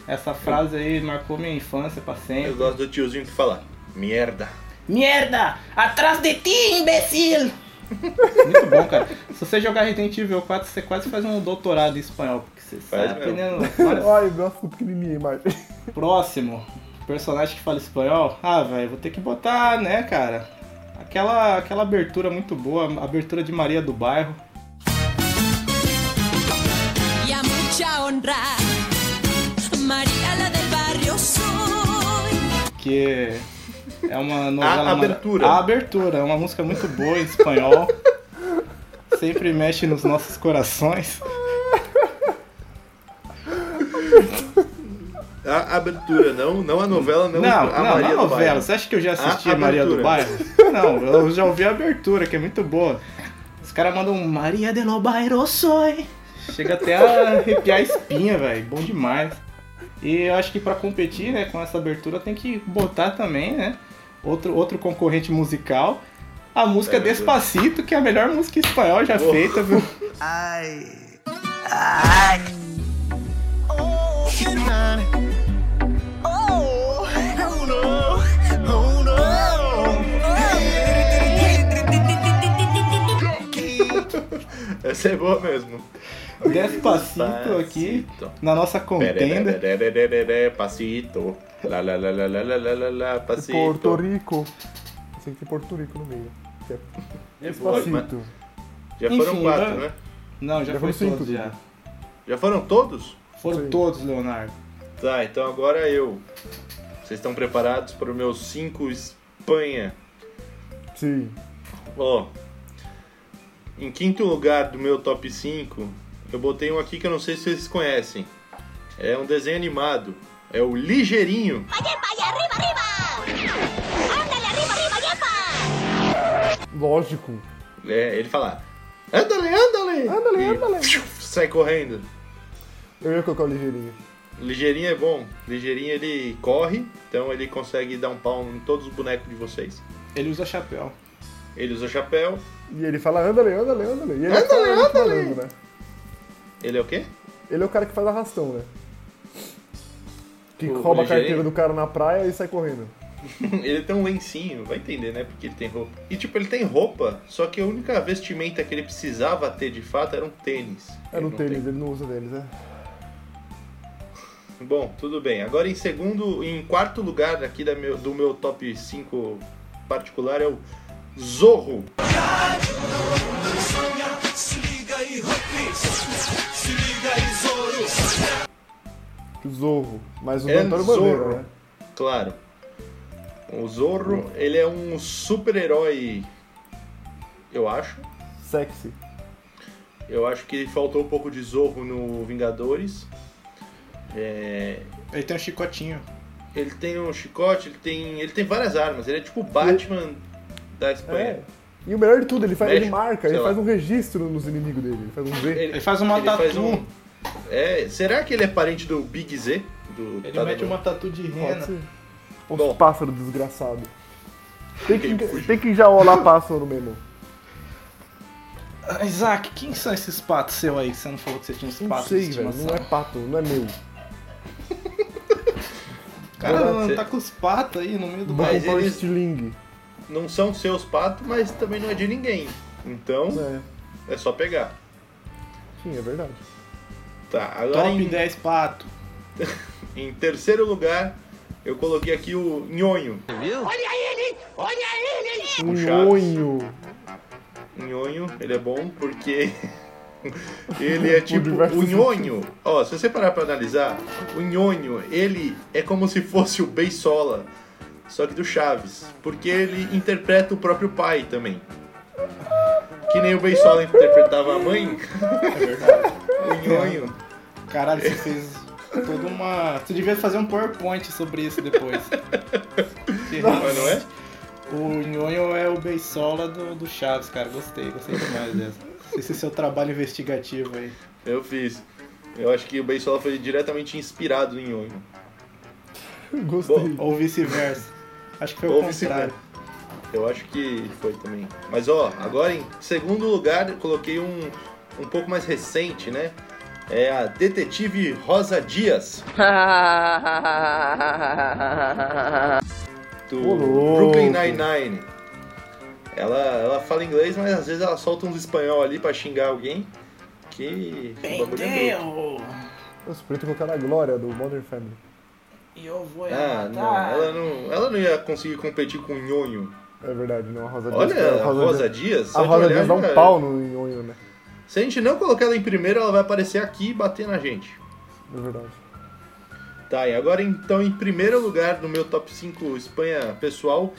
S5: Essa frase aí marcou minha infância pra
S2: Eu
S5: sempre.
S2: gosto do tiozinho que fala. Merda!
S5: Merda! Atrás de ti, imbecil! Muito bom, cara. Se você jogar Resident Evil 4, você quase faz um doutorado em espanhol, porque você né,
S2: Faz
S5: está
S2: mesmo.
S5: aprendendo. várias-
S3: Olha, o braço ficou pequenininho a imagem.
S5: Próximo, personagem que fala espanhol. Ah, velho, vou ter que botar, né, cara? Aquela, aquela abertura muito boa, a abertura de Maria do Bairro.
S6: y a mucha honra. María la del barrio soy.
S5: que é uma novela.
S2: A abertura.
S5: A abertura, é uma música muito boa em espanhol. Sempre mexe nos nossos corações.
S2: A abertura, não, não a novela, não,
S5: Não, não,
S2: Então, a
S5: não, é
S2: Maria do
S5: novela.
S2: Bairro. Ah,
S5: Você acha que eu já assisti
S2: A- a
S5: Maria do
S2: abertura.
S5: Bairro? Não, eu já ouvi a abertura, que é muito boa. Os caras mandam um Maria de lo Bairro soy. Chega até a arrepiar a espinha, velho. Bom demais. E eu acho que pra competir, né, com essa abertura tem que botar também, né, outro, outro concorrente musical. A música
S2: É, meu Deus.
S5: Despacito, que é a melhor música espanhol já
S2: Oh.
S5: feita, viu?
S9: Ay, ay. Oh, qué mal. Oh, oh no, oh no.
S2: Essa é boa mesmo.
S5: Despacito aqui, na nossa contenda.
S2: Pererererererere, Passito. Lá, lá, lá, lá, lá, lá, lá, lá, lá, passito.
S3: Porto Rico. Sei que tem Porto Rico no meio. Que é Despacito.
S2: Já foram
S5: Enfim,
S2: quatro,
S5: né?
S2: né?
S5: Não, já,
S3: Já
S5: foi
S3: foram cinco, né?
S5: todos já.
S2: Já foram todos?
S5: Foram
S3: Sim.
S5: todos, Leonardo.
S2: Tá, então agora eu. Vocês estão preparados para o meu 5 Espanha?
S3: Sim.
S2: Ó. Em quinto lugar do meu top 5, eu botei um aqui que eu não sei se vocês conhecem. É um desenho animado. É o Ligeirinho.
S3: Lógico.
S2: É, ele fala. Andale, andale!
S3: Ándale,
S2: E
S3: ándale.
S2: Sai correndo.
S3: Eu ia colocar o ligeirinho.
S2: Ligeirinho é bom. Ligeirinho ele corre, então ele consegue dar um pau em todos os bonecos de vocês.
S5: Ele usa chapéu.
S2: Ele usa chapéu.
S3: E ele fala, andale, andale, andale. E ele é o
S2: Ándale,
S3: cara que tá
S2: ándale.
S3: andando, né?
S2: Ele é o quê?
S3: Ele é o cara que faz arrastão, né? Que
S2: O
S3: rouba a
S2: ligeirinho?
S3: carteira do cara na praia e sai correndo.
S2: Ele tem um lencinho, vai entender, né? Porque ele tem roupa. E tipo, ele tem roupa, só que a única vestimenta que ele precisava ter de fato era um tênis.
S3: Era
S2: Ele
S3: um
S2: não
S3: tênis, ele não usa deles, né?
S2: tem. Bom, tudo bem. Agora em segundo, em quarto lugar aqui da meu- do meu top 5 particular é o Zorro.
S3: Zorro. Mas o
S2: É
S3: Antônio
S2: Zorro.
S3: Bandeira, né?
S2: Claro. O Zorro, ele é um super-herói, eu acho.
S3: Sexy.
S2: Eu acho que faltou um pouco de Zorro no Vingadores. É,
S5: Ele tem um chicotinho.
S2: Ele tem um chicote, ele tem. ele tem várias armas, ele é tipo o Batman da Espanha.
S3: É. E o melhor de tudo, ele, faz,
S2: Mexe,
S3: ele marca,
S2: sei
S3: ele
S2: lá.
S3: faz um registro nos inimigos dele. Ele faz um Z.
S5: Ele faz uma tatu.
S2: um- É, será que ele é parente do Big Z? Do
S5: Ele
S2: tá
S5: mete
S2: do-
S5: uma tatu de
S3: Pode
S5: rena.
S3: ser. Os
S2: Bom.
S3: pássaros desgraçado. Tem que,
S2: Quem fugiu?
S3: tem que já olhar pássaro mesmo.
S5: Ah, Isaac, quem são esses patos seu aí? que Você não falou que você tinha uns
S3: Não
S5: patos
S3: sei,
S5: de
S3: velho. Não
S5: estimação.
S3: é pato, não é meu. é
S5: Cara,
S2: Não,
S5: mano,
S2: você-
S5: tá com os patos aí no meio do
S3: Vou
S2: Mas
S3: comprar um
S2: eles-
S3: estilingue.
S2: Não são seus patos, mas também não é de ninguém. Então,
S3: É.
S2: é, só pegar.
S3: Sim, é verdade.
S2: Tá,
S3: então
S2: agora
S5: Top
S2: em,
S5: 10 pato.
S2: em terceiro lugar, eu coloquei aqui o Nhonho.
S10: Olha ele! Olha ele!
S3: Um
S2: Chaves.
S3: onho.
S2: Nhonho, ele é bom porque ele é tipo
S3: diversos
S2: o Nhonho. Ó, se você parar pra analisar, o Nhonho, ele é como se fosse o Beisola, só que do Chaves, porque ele interpreta o próprio pai também. Que nem o Beisola interpretava a mãe,
S5: É verdade.
S2: o Nhonho.
S5: Caralho, você fez toda uma. Você devia fazer um PowerPoint sobre isso depois. Que-
S2: Mas não é?
S5: O Nhonho é o Beisola do, do Chaves, cara. Gostei, gostei demais dessa. Esse seu trabalho investigativo aí.
S2: Eu fiz. Eu acho que o Beisola foi diretamente inspirado no Nhonho.
S3: Gostei.
S5: Ou vice-versa. Acho que foi
S2: Ou
S5: o contrário.
S2: Eu acho que foi também. Mas ó, agora em segundo lugar, eu coloquei um um pouco mais recente, né? É a Detetive Rosa Dias. do
S3: Ô, louco.
S2: Brooklyn Nine-Nine. Ela, ela fala inglês, mas às vezes ela solta uns espanhol ali pra xingar alguém. Que. o bagulho é doido.
S3: Nossa, podia ter colocado a glória do Modern Family.
S5: Eu vou
S2: Ah, não. Ela não, ela não ia conseguir competir com o Nhonho.
S3: É verdade, não. A Rosa
S2: Olha,
S3: Dias.
S2: a Rosa Dias, só
S3: A
S2: de
S3: Rosa
S2: olhar
S3: Dias dá um
S2: já- é.
S3: pau no Nhonho, né?
S2: Se a gente não colocar ela em primeiro, ela vai aparecer aqui e bater na gente.
S3: É verdade.
S2: Tá, e agora então, em primeiro lugar do meu top 5 Espanha pessoal,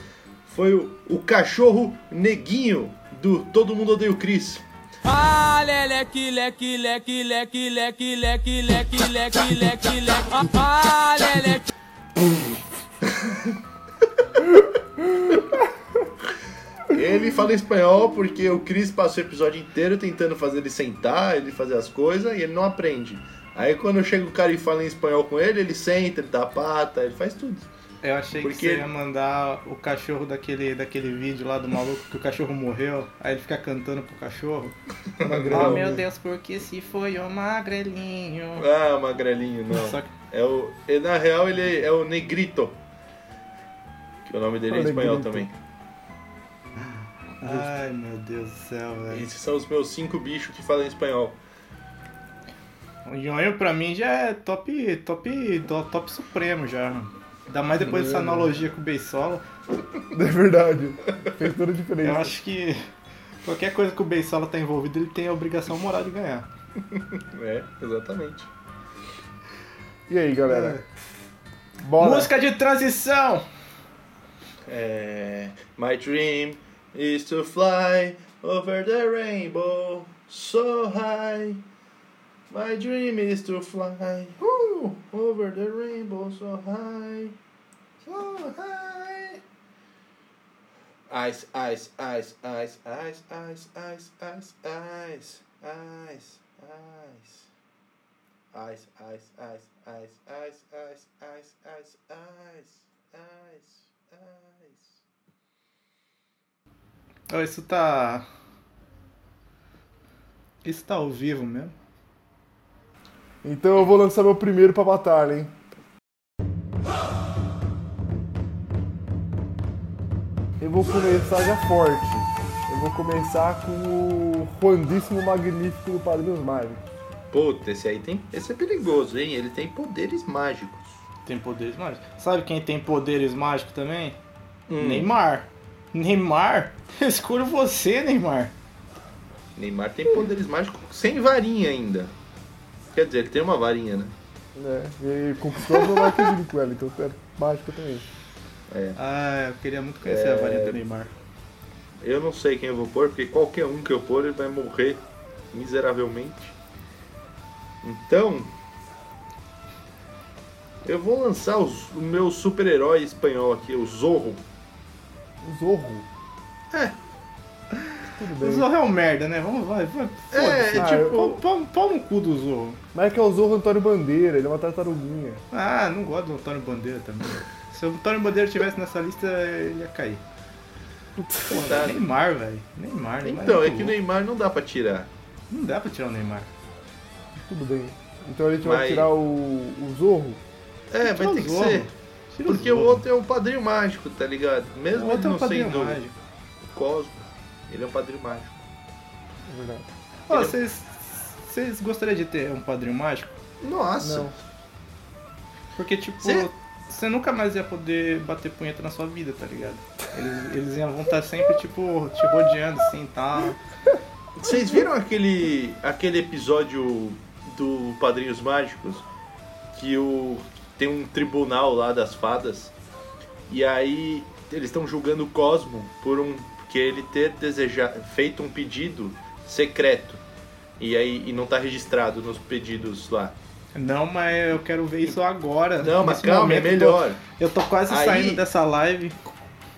S2: foi o, o cachorro neguinho do Todo Mundo Odeia o Chris.
S6: Ah, leleque, leque, leque, leque, leque, leque, leque, leque, leque, leque. Ah, leleque.
S2: Ele fala espanhol porque o Chris passa o episódio inteiro tentando fazer ele sentar, ele fazer as coisas e ele não aprende. Aí quando chega o cara e fala em espanhol com ele, ele senta, ele dá pata, ele faz tudo.
S5: Eu achei
S2: Porque-
S5: que você ia mandar o cachorro daquele, daquele vídeo lá do maluco que o cachorro morreu, aí ele fica cantando pro cachorro.
S2: Magrelo.
S5: Ah, Oh, Deus, porque se foi o magrelinho.
S2: Ah, magrelinho, não.
S5: Só que-
S2: É o, é, na real, ele é o Negrito. Que o nome dele é
S5: O
S2: em espanhol
S5: Negrito.
S2: também.
S5: Ai meu Deus do céu, velho.
S2: Esses são os meus cinco bichos que falam espanhol.
S5: O Nhonho pra mim já é top, top, do- top supremo já. Ainda mais depois dessa
S3: Mano.
S5: analogia com o Beisola.
S3: É verdade. Fez toda a
S5: Eu
S3: diferença.
S5: acho que qualquer coisa que o Beisola tá envolvido, ele tem a obrigação moral de ganhar.
S2: É, exatamente.
S3: E aí, galera? Bora.
S5: Música de transição!
S2: É, My dream is to fly over the rainbow so high. My dream is to fly woo, over the rainbow so high. So high. Ice, ice, ice, ice, ice, ice, ice, ice, ice, ice, ice. Ice, ice, ice, ice, ice, ice, ice, ice, ice, ice, ice.
S5: Ô, Isso tá. Isso tá ao vivo mesmo?
S3: Então eu vou lançar meu primeiro pra batalha, hein? Eu vou começar já forte. Eu vou começar com o Ruandíssimo Magnífico do Padrinhos Mágicos.
S2: Puta, esse aí tem. Esse é perigoso, hein? Ele tem poderes mágicos.
S5: Tem poderes mágicos. Sabe quem tem poderes mágicos também?
S2: Hum.
S5: Neymar. Neymar? Eu escolho você, Neymar.
S2: Neymar tem poderes mágicos sem varinha ainda. Quer dizer, ele tem uma varinha, né?
S3: Né? E conquistou o meu de com ela, então é mágico também.
S5: Ah, eu queria muito conhecer a varinha do Neymar.
S2: Eu não sei quem eu vou pôr, porque qualquer um que eu pôr ele vai morrer miseravelmente. Então. Eu vou lançar os- o meu super-herói espanhol aqui, o Zorro.
S3: O Zorro.
S2: É.
S3: Tudo
S5: O
S3: bem.
S5: Zorro é um merda, né? Vamos, vai, vai.
S2: É,
S5: foda-se.
S3: Ah,
S2: tipo.
S5: Pau, pau- pau no cu do Zorro.
S3: Mas é que é o Zorro Antônio Bandeira, ele é uma tartaruguinha.
S5: Ah, não gosto do Antônio Bandeira também. Se o Antônio Bandeira estivesse nessa lista, ele ia cair. Pô,
S2: Coitado.
S5: Neymar, velho. Neymar, Neymar.
S2: Então, é
S5: muito
S2: que o
S5: louco.
S2: Neymar não dá pra tirar.
S5: Não dá pra tirar o Neymar.
S3: Tudo bem. Então a gente vai
S2: Mas-
S3: tirar o, o Zorro.
S2: É,
S5: Tira
S2: vai
S5: o
S2: ter que
S5: Zorro.
S2: ser.
S5: Tira
S2: Porque o
S5: Zorro.
S2: outro é um padrinho mágico, tá ligado? Mesmo
S5: O
S2: ele
S5: outro é
S2: não
S5: um padrinho
S2: sendo
S5: mágico.
S2: Cosmo, ele é um padrinho mágico.
S3: É verdade.
S5: Ó, vocês. Vocês gostariam de ter um padrinho mágico?
S2: Nossa!
S3: Não.
S5: Porque, tipo,
S2: Cê-
S5: você nunca mais ia poder bater punheta na sua vida, tá ligado? Eles, eles iam vão estar sempre, tipo, te rodeando assim e tal.
S2: Vocês viram aquele, aquele episódio do Padrinhos Mágicos? Que o, tem um tribunal lá das fadas. E aí eles estão julgando o Cosmo por um. Porque ele ter deseja, feito um pedido secreto. E aí e não tá registrado nos pedidos lá.
S5: Não, mas eu quero ver isso agora.
S2: Não, mas
S5: Nesse
S2: calma, é
S5: momento,
S2: melhor.
S5: Eu tô, eu tô quase
S2: Aí-
S5: saindo dessa live.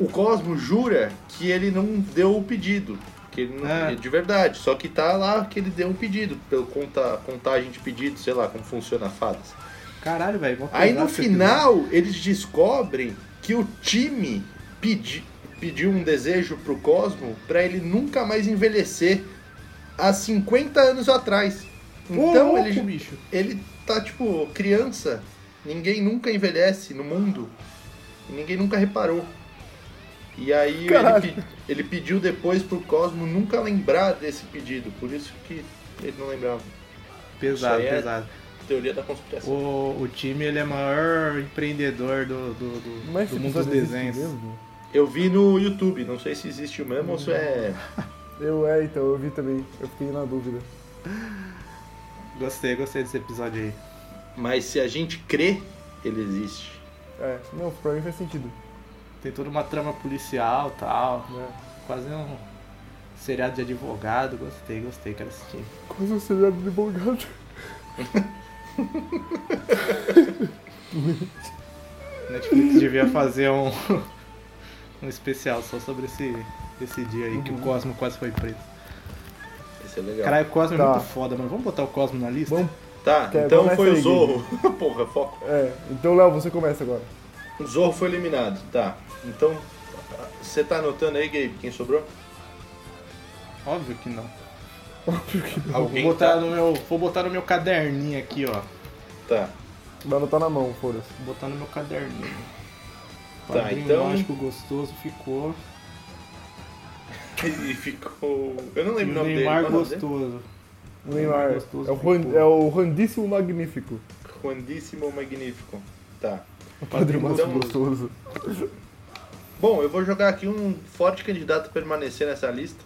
S2: O Cosmo jura que ele não deu o pedido. Que ele não,
S5: É.
S2: De verdade. Só que tá lá que ele deu um pedido, pelo conta, contagem de pedidos, sei lá como funciona a assim. fadas.
S5: Caralho, velho. vou
S2: Aí
S5: pesar
S2: no
S5: esse
S2: final eles descobrem que o time pedi, pediu um desejo pro Cosmo pra ele nunca mais envelhecer há 50 anos atrás.
S5: episódio. Ô,
S2: Então
S5: louco,
S2: ele,
S5: bicho.
S2: ele tá tipo criança, ninguém nunca envelhece no mundo, e ninguém nunca reparou. E aí ele,
S3: Caralho.
S2: pe- ele pediu depois pro Cosmo nunca lembrar desse pedido, por isso que ele não lembrava.
S5: Pesado,
S2: Isso aí é
S5: pesado.
S2: Teoria da conspiração.
S5: O, o time ele é o maior empreendedor do, do, do,
S2: Mas
S5: do
S2: esse
S5: mundo dos
S3: assim
S2: episódio existe
S5: desenhos.
S2: Eu vi no YouTube, não sei se existe o mesmo ou se é.
S3: Eu é, então, eu vi também. Eu fiquei na dúvida.
S5: Gostei, gostei desse episódio aí.
S2: Mas se a gente crê, ele existe.
S3: É, não, pra mim faz sentido.
S5: Tem toda uma trama policial e tal. Quase um seriado de advogado. Gostei, gostei, quero assistir.
S3: Quase um seriado de advogado.
S5: Netflix devia fazer um, um especial só sobre esse, esse dia aí que o Cosmo quase foi preso.
S2: Esse é legal.
S5: Caralho, o Cosmo
S3: Tá.
S5: é muito foda, mano. Vamos botar o Cosmo na lista? Vamos.
S2: Tá,
S3: Quer-
S2: então
S3: começa
S2: foi o
S3: aí,
S2: Zorro. Porra, foco.
S3: É, então, Léo, você começa agora.
S2: O Zorro foi eliminado, tá. Então, você tá anotando aí, Gabe, quem sobrou?
S5: Óbvio que não.
S2: Alguém
S5: vou, botar
S2: tá-
S5: no meu, vou botar no meu caderninho aqui, ó.
S2: Tá.
S3: Mano, tá na mão, foda-se.
S5: Vou botar no meu caderninho.
S2: Tá,
S5: Padrinho
S2: então-
S5: mágico gostoso ficou.
S2: E ficou. Eu não
S5: E
S2: lembro o
S5: o
S2: nome
S5: Neymar
S2: dele.
S5: gostoso.
S3: O Neymar.
S5: gostoso
S3: É o, Ran-
S5: ficou.
S3: é o Randíssimo Magnífico.
S2: Grandíssimo Magnífico. Tá.
S3: O Padre
S2: Então-
S3: Márcio Gostoso.
S2: Bom, eu vou jogar aqui um forte candidato a permanecer nessa lista.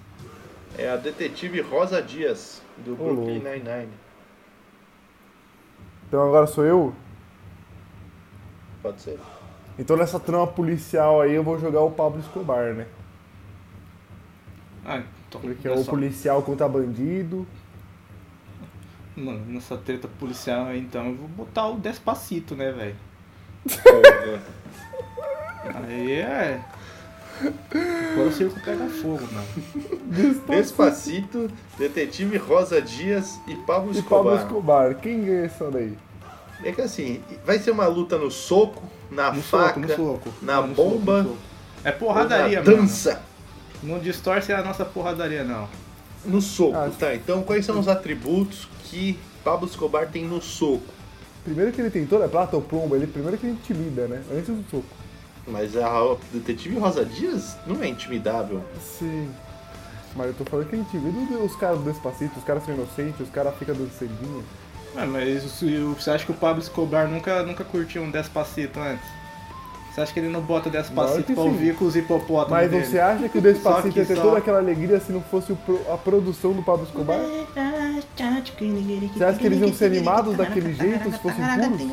S2: É a detetive Rosa Dias, do Brooklyn
S3: louco.
S2: Nine-Nine.
S3: Então agora sou eu?
S2: Pode ser?
S3: Então nessa trama policial aí eu vou jogar o Pablo Escobar, né?
S5: Ah, tô
S3: Porque é o policial contra bandido.
S5: Mano, nessa treta policial aí, então, eu vou botar o Despacito, né, velho? Aí é. Agora o circo pega fogo, mano.
S2: Despacito, detetive Rosa Dias e Pablo
S3: E Pablo
S2: Escobar.
S3: Escobar, quem ganha essa daí?
S2: É que assim, vai ser uma luta no soco, na
S5: No soco,
S2: faca,
S5: no soco.
S2: na
S5: No soco,
S2: bomba,
S5: no soco. É
S2: ou na
S5: porradaria, mano.
S2: dança.
S5: Não distorce a nossa porradaria, não.
S2: No soco,
S3: Ah,
S2: tá? Então, quais são os atributos que Pablo Escobar tem no soco?
S3: Primeiro que ele tentou, né? Prata ou pomba, ele primeiro que ele intimida, né? Antes do soco.
S2: Mas a detetive Rosa Dias não é intimidável.
S3: Sim. Mas eu tô falando que ele intimida os caras do Despacito, os caras são inocentes, os caras ficam dando sanguinho.
S5: Ué, É, mas se- você acha que o Pablo Escobar nunca, nunca curtiu um Despacito antes? Você acha que ele não bota
S3: Claro
S5: Despacito
S3: que
S5: pra
S3: sim.
S5: ouvir com os hipopótamos
S3: Mas
S5: dele?
S3: você acha que o
S5: Só
S3: Despacito
S5: que
S3: ia ter
S5: só-
S3: toda aquela alegria se não fosse o pro- a produção do Pablo Escobar? Você acha que eles iam ser animados daquele jeito se fossem puros?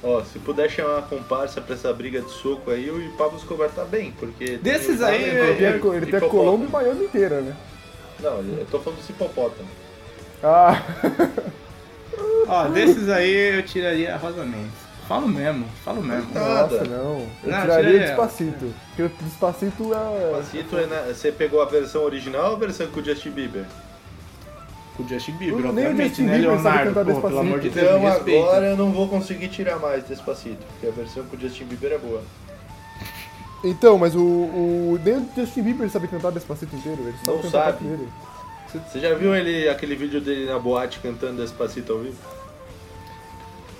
S2: Ó, se puder chamar a comparsa pra essa briga de soco aí, o Pablo Escobar tá bem, porque... tem um
S5: Desses
S2: o Wagner
S5: aí, ele
S3: Ele tem, a
S2: Rodrigues,
S3: co- ele tem a
S2: hipopótamo.
S3: Colômbia e Miami inteira, né?
S2: Não, eu tô falando do hipopótamo.
S3: Ah,
S5: Ó, desses aí eu tiraria a Rosa Mendes. Falo mesmo, falo mesmo.
S2: Nada.
S3: nossa, né? não. Eu
S5: Não,
S3: tiraria
S5: tira
S3: o
S5: ela.
S3: Despacito. Porque o Despacito é...
S2: Despacito é na- Você pegou a versão original ou a versão com o Justin Bieber?
S5: O Justin Bieber,
S3: Nem o
S5: obviamente,
S3: Justin
S5: né,
S3: Bieber sabe
S5: Leonardo?
S3: cantar
S5: Pô, pelo amor de
S3: Despacito.
S5: Deus,
S2: Então
S5: me respeita.
S2: agora eu não vou conseguir tirar mais Despacito, porque a versão com o Justin Bieber é boa.
S3: Então, mas o, o... Nem o Justin Bieber sabe cantar Despacito inteiro. Ele sabe
S2: Não
S3: cantar
S2: sabe.
S3: parte dele.
S2: Você já viu ele, aquele vídeo dele na boate cantando Despacito ao vivo?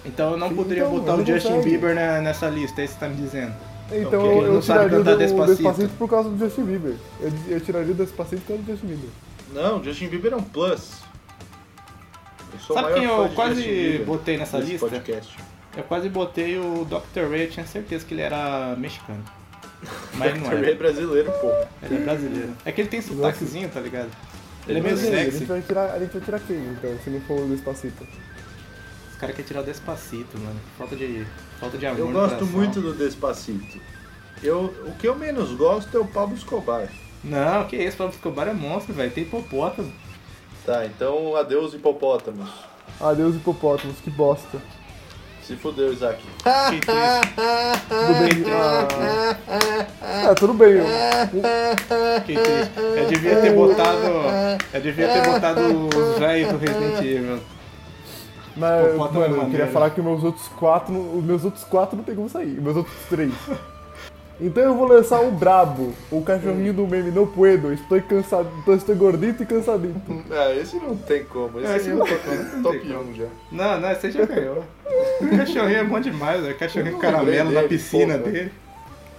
S5: Então eu não poderia
S3: Então,
S5: botar
S3: ele
S5: o Justin
S3: consegue.
S5: Bieber na- nessa lista, é isso que você tá me dizendo.
S3: Então
S2: Ok. Ele
S3: eu
S5: não sabe
S3: tiraria o
S5: cantar
S3: do- o
S5: Despacito.
S3: Despacito por causa do Justin Bieber. Eu, eu tiraria o Despacito por causa do Justin Bieber.
S2: Não, Justin Bieber é um plus. Eu sou o
S5: Sabe
S2: maior
S5: quem
S2: fã
S5: eu
S2: de
S5: quase
S2: Justin Bieber
S5: botei nessa
S2: nesse
S5: lista?
S2: podcast.
S5: Eu quase botei o Dr. Ray, eu tinha certeza que ele era mexicano. Mas ele não
S2: Também é
S5: era,
S2: brasileiro, pô.
S5: ele é brasileiro. É que ele tem sotaquezinho, tá ligado? Ele é meio
S3: Mas, gente, a,
S5: sexy.
S3: gente vai tirar, a gente vai tirar quem, então, se não for o Despacito?
S5: Os caras querem tirar o Despacito, mano. Falta de, falta de amor
S2: Eu
S5: no
S2: gosto
S5: coração.
S2: muito do Despacito. Eu, o que eu menos gosto é o Pablo Escobar.
S5: Não, que isso, Pablo Escobar é monstro, velho. Tem hipopótamo.
S2: Tá, então adeus hipopótamos.
S3: Adeus, hipopótamos, que bosta.
S2: Se fudeu, Isaac.
S5: Que triste,
S3: Tudo bem. Ah, ah, tudo bem. eu-
S5: que triste. Eu devia ter botado. Eu devia ter botado os velhos do Resident Evil.
S3: Mas,
S5: Hipopótamo é
S3: mano, eu queria
S5: maneiro.
S3: falar que meus outros quatro, os meus outros quatro não tem como sair, meus outros três. Então eu vou lançar o Brabo, o cachorrinho do meme, não puedo, estou cansado, estou, estou gordito e cansadito.
S2: Ah, esse não tem como. É, Esse,
S5: Ah, esse
S2: eu
S5: não
S2: tô top 1 já.
S5: Não, não, você já ganhou. O cachorrinho é bom demais, velho. O cachorrinho
S2: Eu não
S5: caramelo
S2: lembrei
S5: na
S2: dele,
S5: piscina
S2: porra.
S5: dele.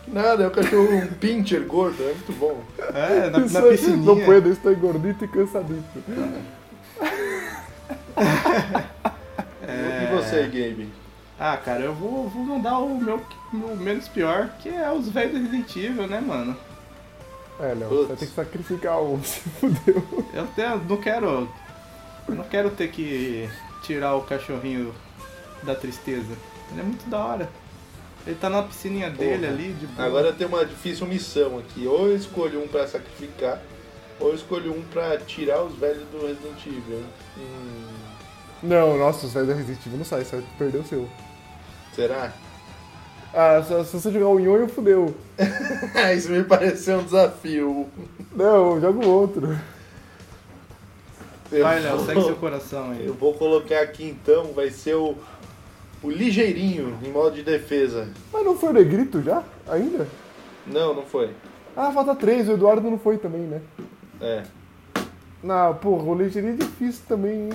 S2: Que Nada, é o cachorro um pincher gordo, é muito bom.
S5: É,
S3: Isso aí, Não puedo, estou gordito e cansadito.
S2: E
S5: É.
S2: você, Gabe?
S5: Ah, cara, eu vou, vou mandar o meu, meu menos pior, que é os velhos do Resident Evil, né, mano?
S3: É, Léo, você vai ter que sacrificar um, se fudeu.
S5: Eu até não quero. Não quero ter que tirar o cachorrinho da tristeza. Ele é muito da hora. Ele tá na piscininha dele
S2: Porra.
S5: ali, de boa.
S2: Agora tem uma difícil missão aqui. Ou eu escolho um pra sacrificar, ou eu escolho um pra tirar os velhos do Resident Evil. Hum,
S3: Não, nossa, os velhos da Resident Evil não sai, você vai perder o seu.
S2: será?
S3: Ah, se, se você jogar o Nhonho, fudeu.
S2: Isso me pareceu um desafio.
S3: Não, joga o outro.
S2: Eu
S5: Vai, Léo,
S2: vou-
S5: segue seu coração aí.
S2: Eu vou colocar aqui então, vai ser o, o ligeirinho em modo de defesa.
S3: Mas não foi o Negrito já? Ainda?
S2: Não, não foi.
S3: Ah, falta três, o Eduardo não foi também, né?
S2: É.
S3: Na, porra, o Ligeirinho é difícil também, hein?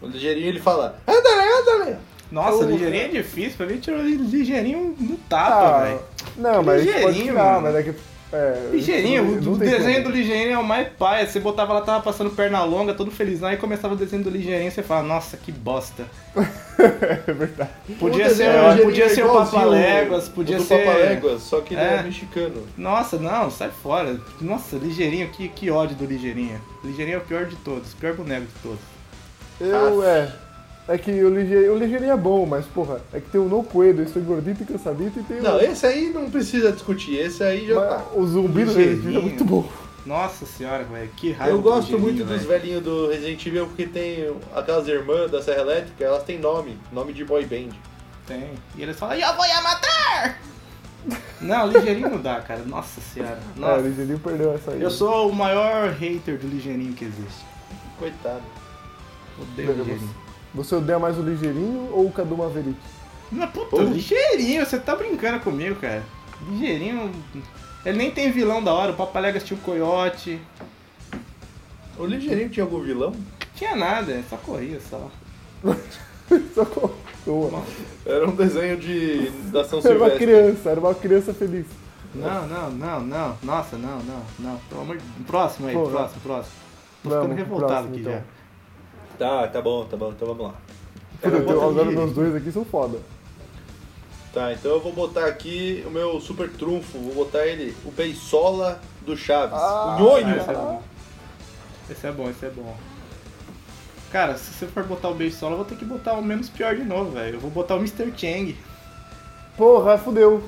S2: O ligeirinho ele fala: anda, né, anda, né?
S5: Nossa,
S3: Eu-
S5: ligeirinho é difícil, pra mim tirou ligeirinho no tapa,
S3: Ah,
S5: velho.
S3: não, mas a gente pode
S5: Ligeirinho,
S3: tirar,
S5: mano.
S3: mas é que... É,
S5: Ligeirinho,
S3: não-
S5: o,
S3: não
S5: o
S3: tem
S5: desenho
S3: como.
S5: do ligeirinho é o mais paia. Você botava lá, tava passando perna longa, todo felizão, aí começava o desenho do ligeirinho, você fala, nossa, que bosta.
S3: É verdade.
S5: Podia
S2: desenho
S5: ser, um
S2: do ligeirinho
S5: podia
S2: é
S5: ser o
S2: igualzinho
S5: Papaléguas,
S2: o
S5: podia
S2: do
S5: ser...
S2: Papaléguas, só que ele é
S5: É.
S2: mexicano.
S5: Nossa, não, sai fora. Nossa, ligeirinho, que, que ódio do ligeirinho. Ligeirinho é o pior de todos, o pior boneco de todos.
S3: Eu, é... É que o Ligeirinho, o Ligeirinho é bom, mas, porra, é que tem o No Puedo, estou gordito e cansadito, e tem o...
S2: Não, esse aí não precisa discutir, esse aí já tá.
S3: mas, o zumbi do Resident Evil é muito bom.
S5: Nossa senhora, velho, que raiva
S2: Eu
S5: do
S2: gosto
S5: ligeirinho,
S2: muito dos
S5: velho.
S2: velhinhos do Resident Evil porque tem aquelas irmãs da Serra Elétrica, elas têm nome, nome de boy band.
S5: Tem. E eles falam, eu vou a matar! Não, ligeirinho não dá, cara. Nossa senhora.
S3: Ah, o
S5: Nossa.
S3: Ligeirinho perdeu essa aí.
S5: Eu sou o maior hater do ligeirinho que existe.
S2: Coitado.
S5: Odeio o ligeirinho.
S3: Você odeia mais o Ligeirinho ou o Cadu Maverick?
S5: Não, é puta, ligeirinho, você tá brincando comigo, cara. Ligeirinho. Ele nem tem vilão da hora, o Papalegas tinha o coiote.
S2: O Ligeirinho tinha algum vilão?
S5: Tinha nada, é só corria só.
S3: Só com- boa.
S2: Era um desenho de da São
S3: Era uma
S2: Silvestre.
S3: criança, era uma criança feliz.
S5: Não, não, não, não. Nossa, não, não, não. Pelo amor de Próximo aí,
S3: Pô,
S5: próximo, próximo. Tô
S3: Vamos,
S5: ficando revoltado
S3: próximo,
S5: aqui
S3: então.
S5: já.
S2: Tá, tá bom, tá bom, então vamos lá.
S3: Puta,
S2: Eu vou botar
S3: agora
S2: aqui.
S3: meus dois aqui são foda.
S2: Tá, então eu vou botar aqui o meu super trunfo, vou botar ele, o Beisola do Chaves.
S3: Ah,
S2: o Nhonho!
S5: Ah, esse é bom. Esse é bom, esse é bom. Cara, se você for botar o beijo solo, eu vou ter que botar o menos pior de novo, velho. Eu vou botar o Mr. Chang.
S3: Porra, fudeu.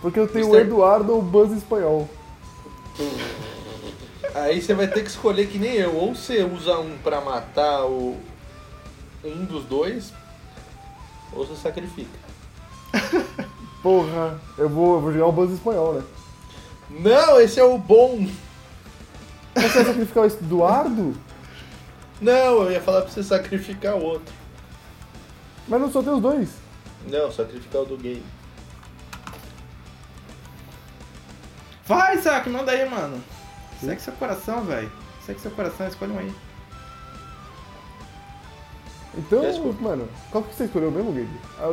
S3: Porque eu tenho o
S2: Mister-
S3: Eduardo ou o Buzz espanhol.
S2: Aí você vai ter que escolher que nem eu, ou você usa um pra matar o um dos dois, ou você sacrifica.
S3: Porra, eu vou, eu vou jogar o Buzz espanhol, né?
S2: Não, esse é o bom.
S3: Mas Você vai sacrificar o Eduardo?
S2: Não, eu ia falar pra você sacrificar o outro.
S3: Mas não só tem os dois.
S2: Não, sacrificar o do gay.
S5: Vai, Isaac, manda aí, mano. Segue seu coração, velho. Segue seu coração, escolhe um aí.
S3: Então,
S2: Desculpa.
S3: mano, qual que você escolheu mesmo, Gabe? Ah,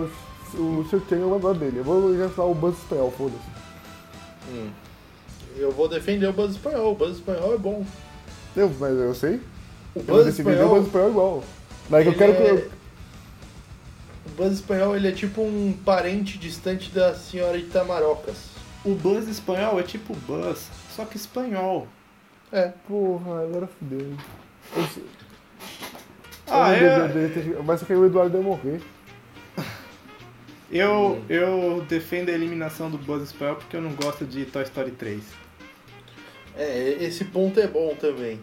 S3: o, o seu Chang é o lado dele. Eu vou já falar o Buzz espanhol, foda-se.
S2: Hum. Eu vou defender o Buzz Espanhol, o Buzz Espanhol é bom.
S3: Eu, mas eu sei.
S2: O
S3: Eu
S2: Buzz
S3: decidi ver o
S2: Espanhol,
S3: Buzz espanhol igual. Mas é que eu
S2: Ele
S3: quero
S2: é-
S3: que eu...
S2: o Buzz Espanhol ele é tipo um parente distante da senhora de Tamarocas.
S5: O Buzz espanhol é tipo Buzz, só que espanhol.
S2: É.
S3: Porra, agora fudeu. Eu sei-
S5: Ah,
S3: eu não
S5: é?
S3: devia ter- Mas eu quero que o Eduardo ia morrer.
S5: Eu, eu defendo a eliminação do Buzz espanhol porque eu não gosto de Toy Story 3.
S2: É, esse ponto é bom também.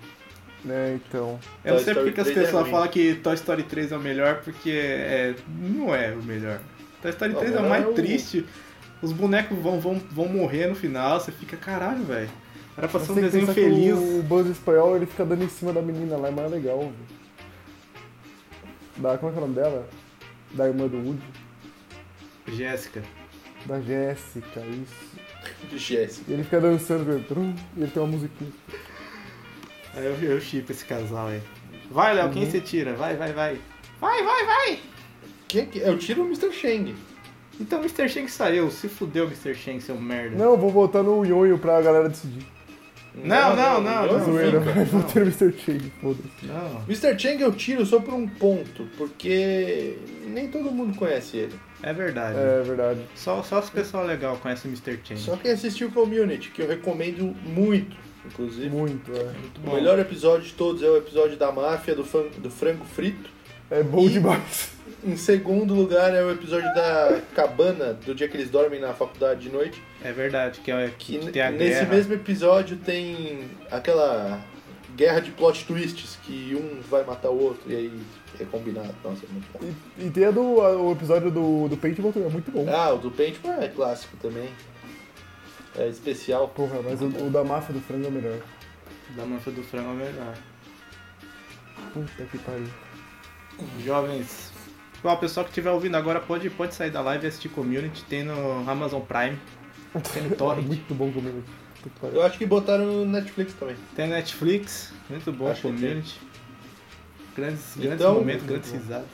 S3: Né, então...
S5: Eu não
S2: Toy
S5: sei
S2: Story
S5: porque que as
S2: 3 é
S5: pessoas
S2: ruim.
S5: falam que Toy Story 3 é o melhor, porque é, não é o melhor. Toy Story
S2: Não,
S5: 3 é
S2: não
S5: o mais
S2: é o-
S5: triste. Os bonecos vão, vão, vão morrer no final, você fica, caralho, velho. Era pra ser um
S3: Tem que
S5: desenho
S3: pensar que
S5: feliz.
S3: O Buzz espanhol ele fica dando em cima da menina lá, é mais legal. velho. Da, como é que é o nome dela? Da irmã do Woody.
S5: Jéssica.
S3: Da Jéssica, isso.
S2: Jéssica.
S3: E ele fica dançando, velho, trum, e ele tem uma musiquinha.
S5: Aí eu, eu chipo esse casal aí. Vai, Léo, quem você tira? Vai, vai, vai. Vai, vai, vai!
S2: Quem é que- Eu tiro o Mr. Chang.
S5: Então o Mr. Shank saiu. Se fudeu, Mr. Shank, seu merda.
S3: Não, vou botar no Yoyo pra galera decidir.
S5: Não, não, não, não,
S3: zoeira.
S5: fica,
S3: Vai botar o Mr. Chang, foda-se.
S5: Não.
S2: Mr. Chang eu tiro só por um ponto, porque nem todo mundo conhece ele.
S5: É verdade.
S3: É verdade.
S5: Só, só as pessoas legais conhecem o Mr. Change.
S2: Só quem assistiu Community, que eu recomendo muito, inclusive.
S3: Muito, é.
S2: o melhor episódio de todos é o episódio da máfia, do, fan- do frango frito.
S3: É bom
S2: E-
S3: demais.
S2: Em segundo lugar é o episódio da cabana, do dia que eles dormem na faculdade de noite.
S5: É verdade, que, é, que
S2: Que
S5: tem a
S2: nesse
S5: guerra.
S2: mesmo episódio tem aquela guerra de plot twists, que um vai matar o outro e aí é combinado. Nossa, é muito bom.
S3: E, e tem a do, a- o episódio do, do Paintball também, é muito bom.
S2: Ah, o do Paintball é clássico também. É especial.
S3: Porra, mas o, o da máfia do frango é o melhor.
S5: Da mancha do frango é melhor.
S3: Puta que pariu.
S5: Jovens. Ó, o pessoal que estiver ouvindo agora pode, pode sair da live e assistir Community. Tem no Amazon Prime. Tem no
S3: É
S5: Torrent.
S3: muito bom comigo. Puta que pariu.
S2: Eu acho que botaram no Netflix também.
S5: Tem Netflix. Muito bom
S2: Acho que
S5: Community. Grandes, grandes
S2: Então,
S5: momentos, grandes risadas.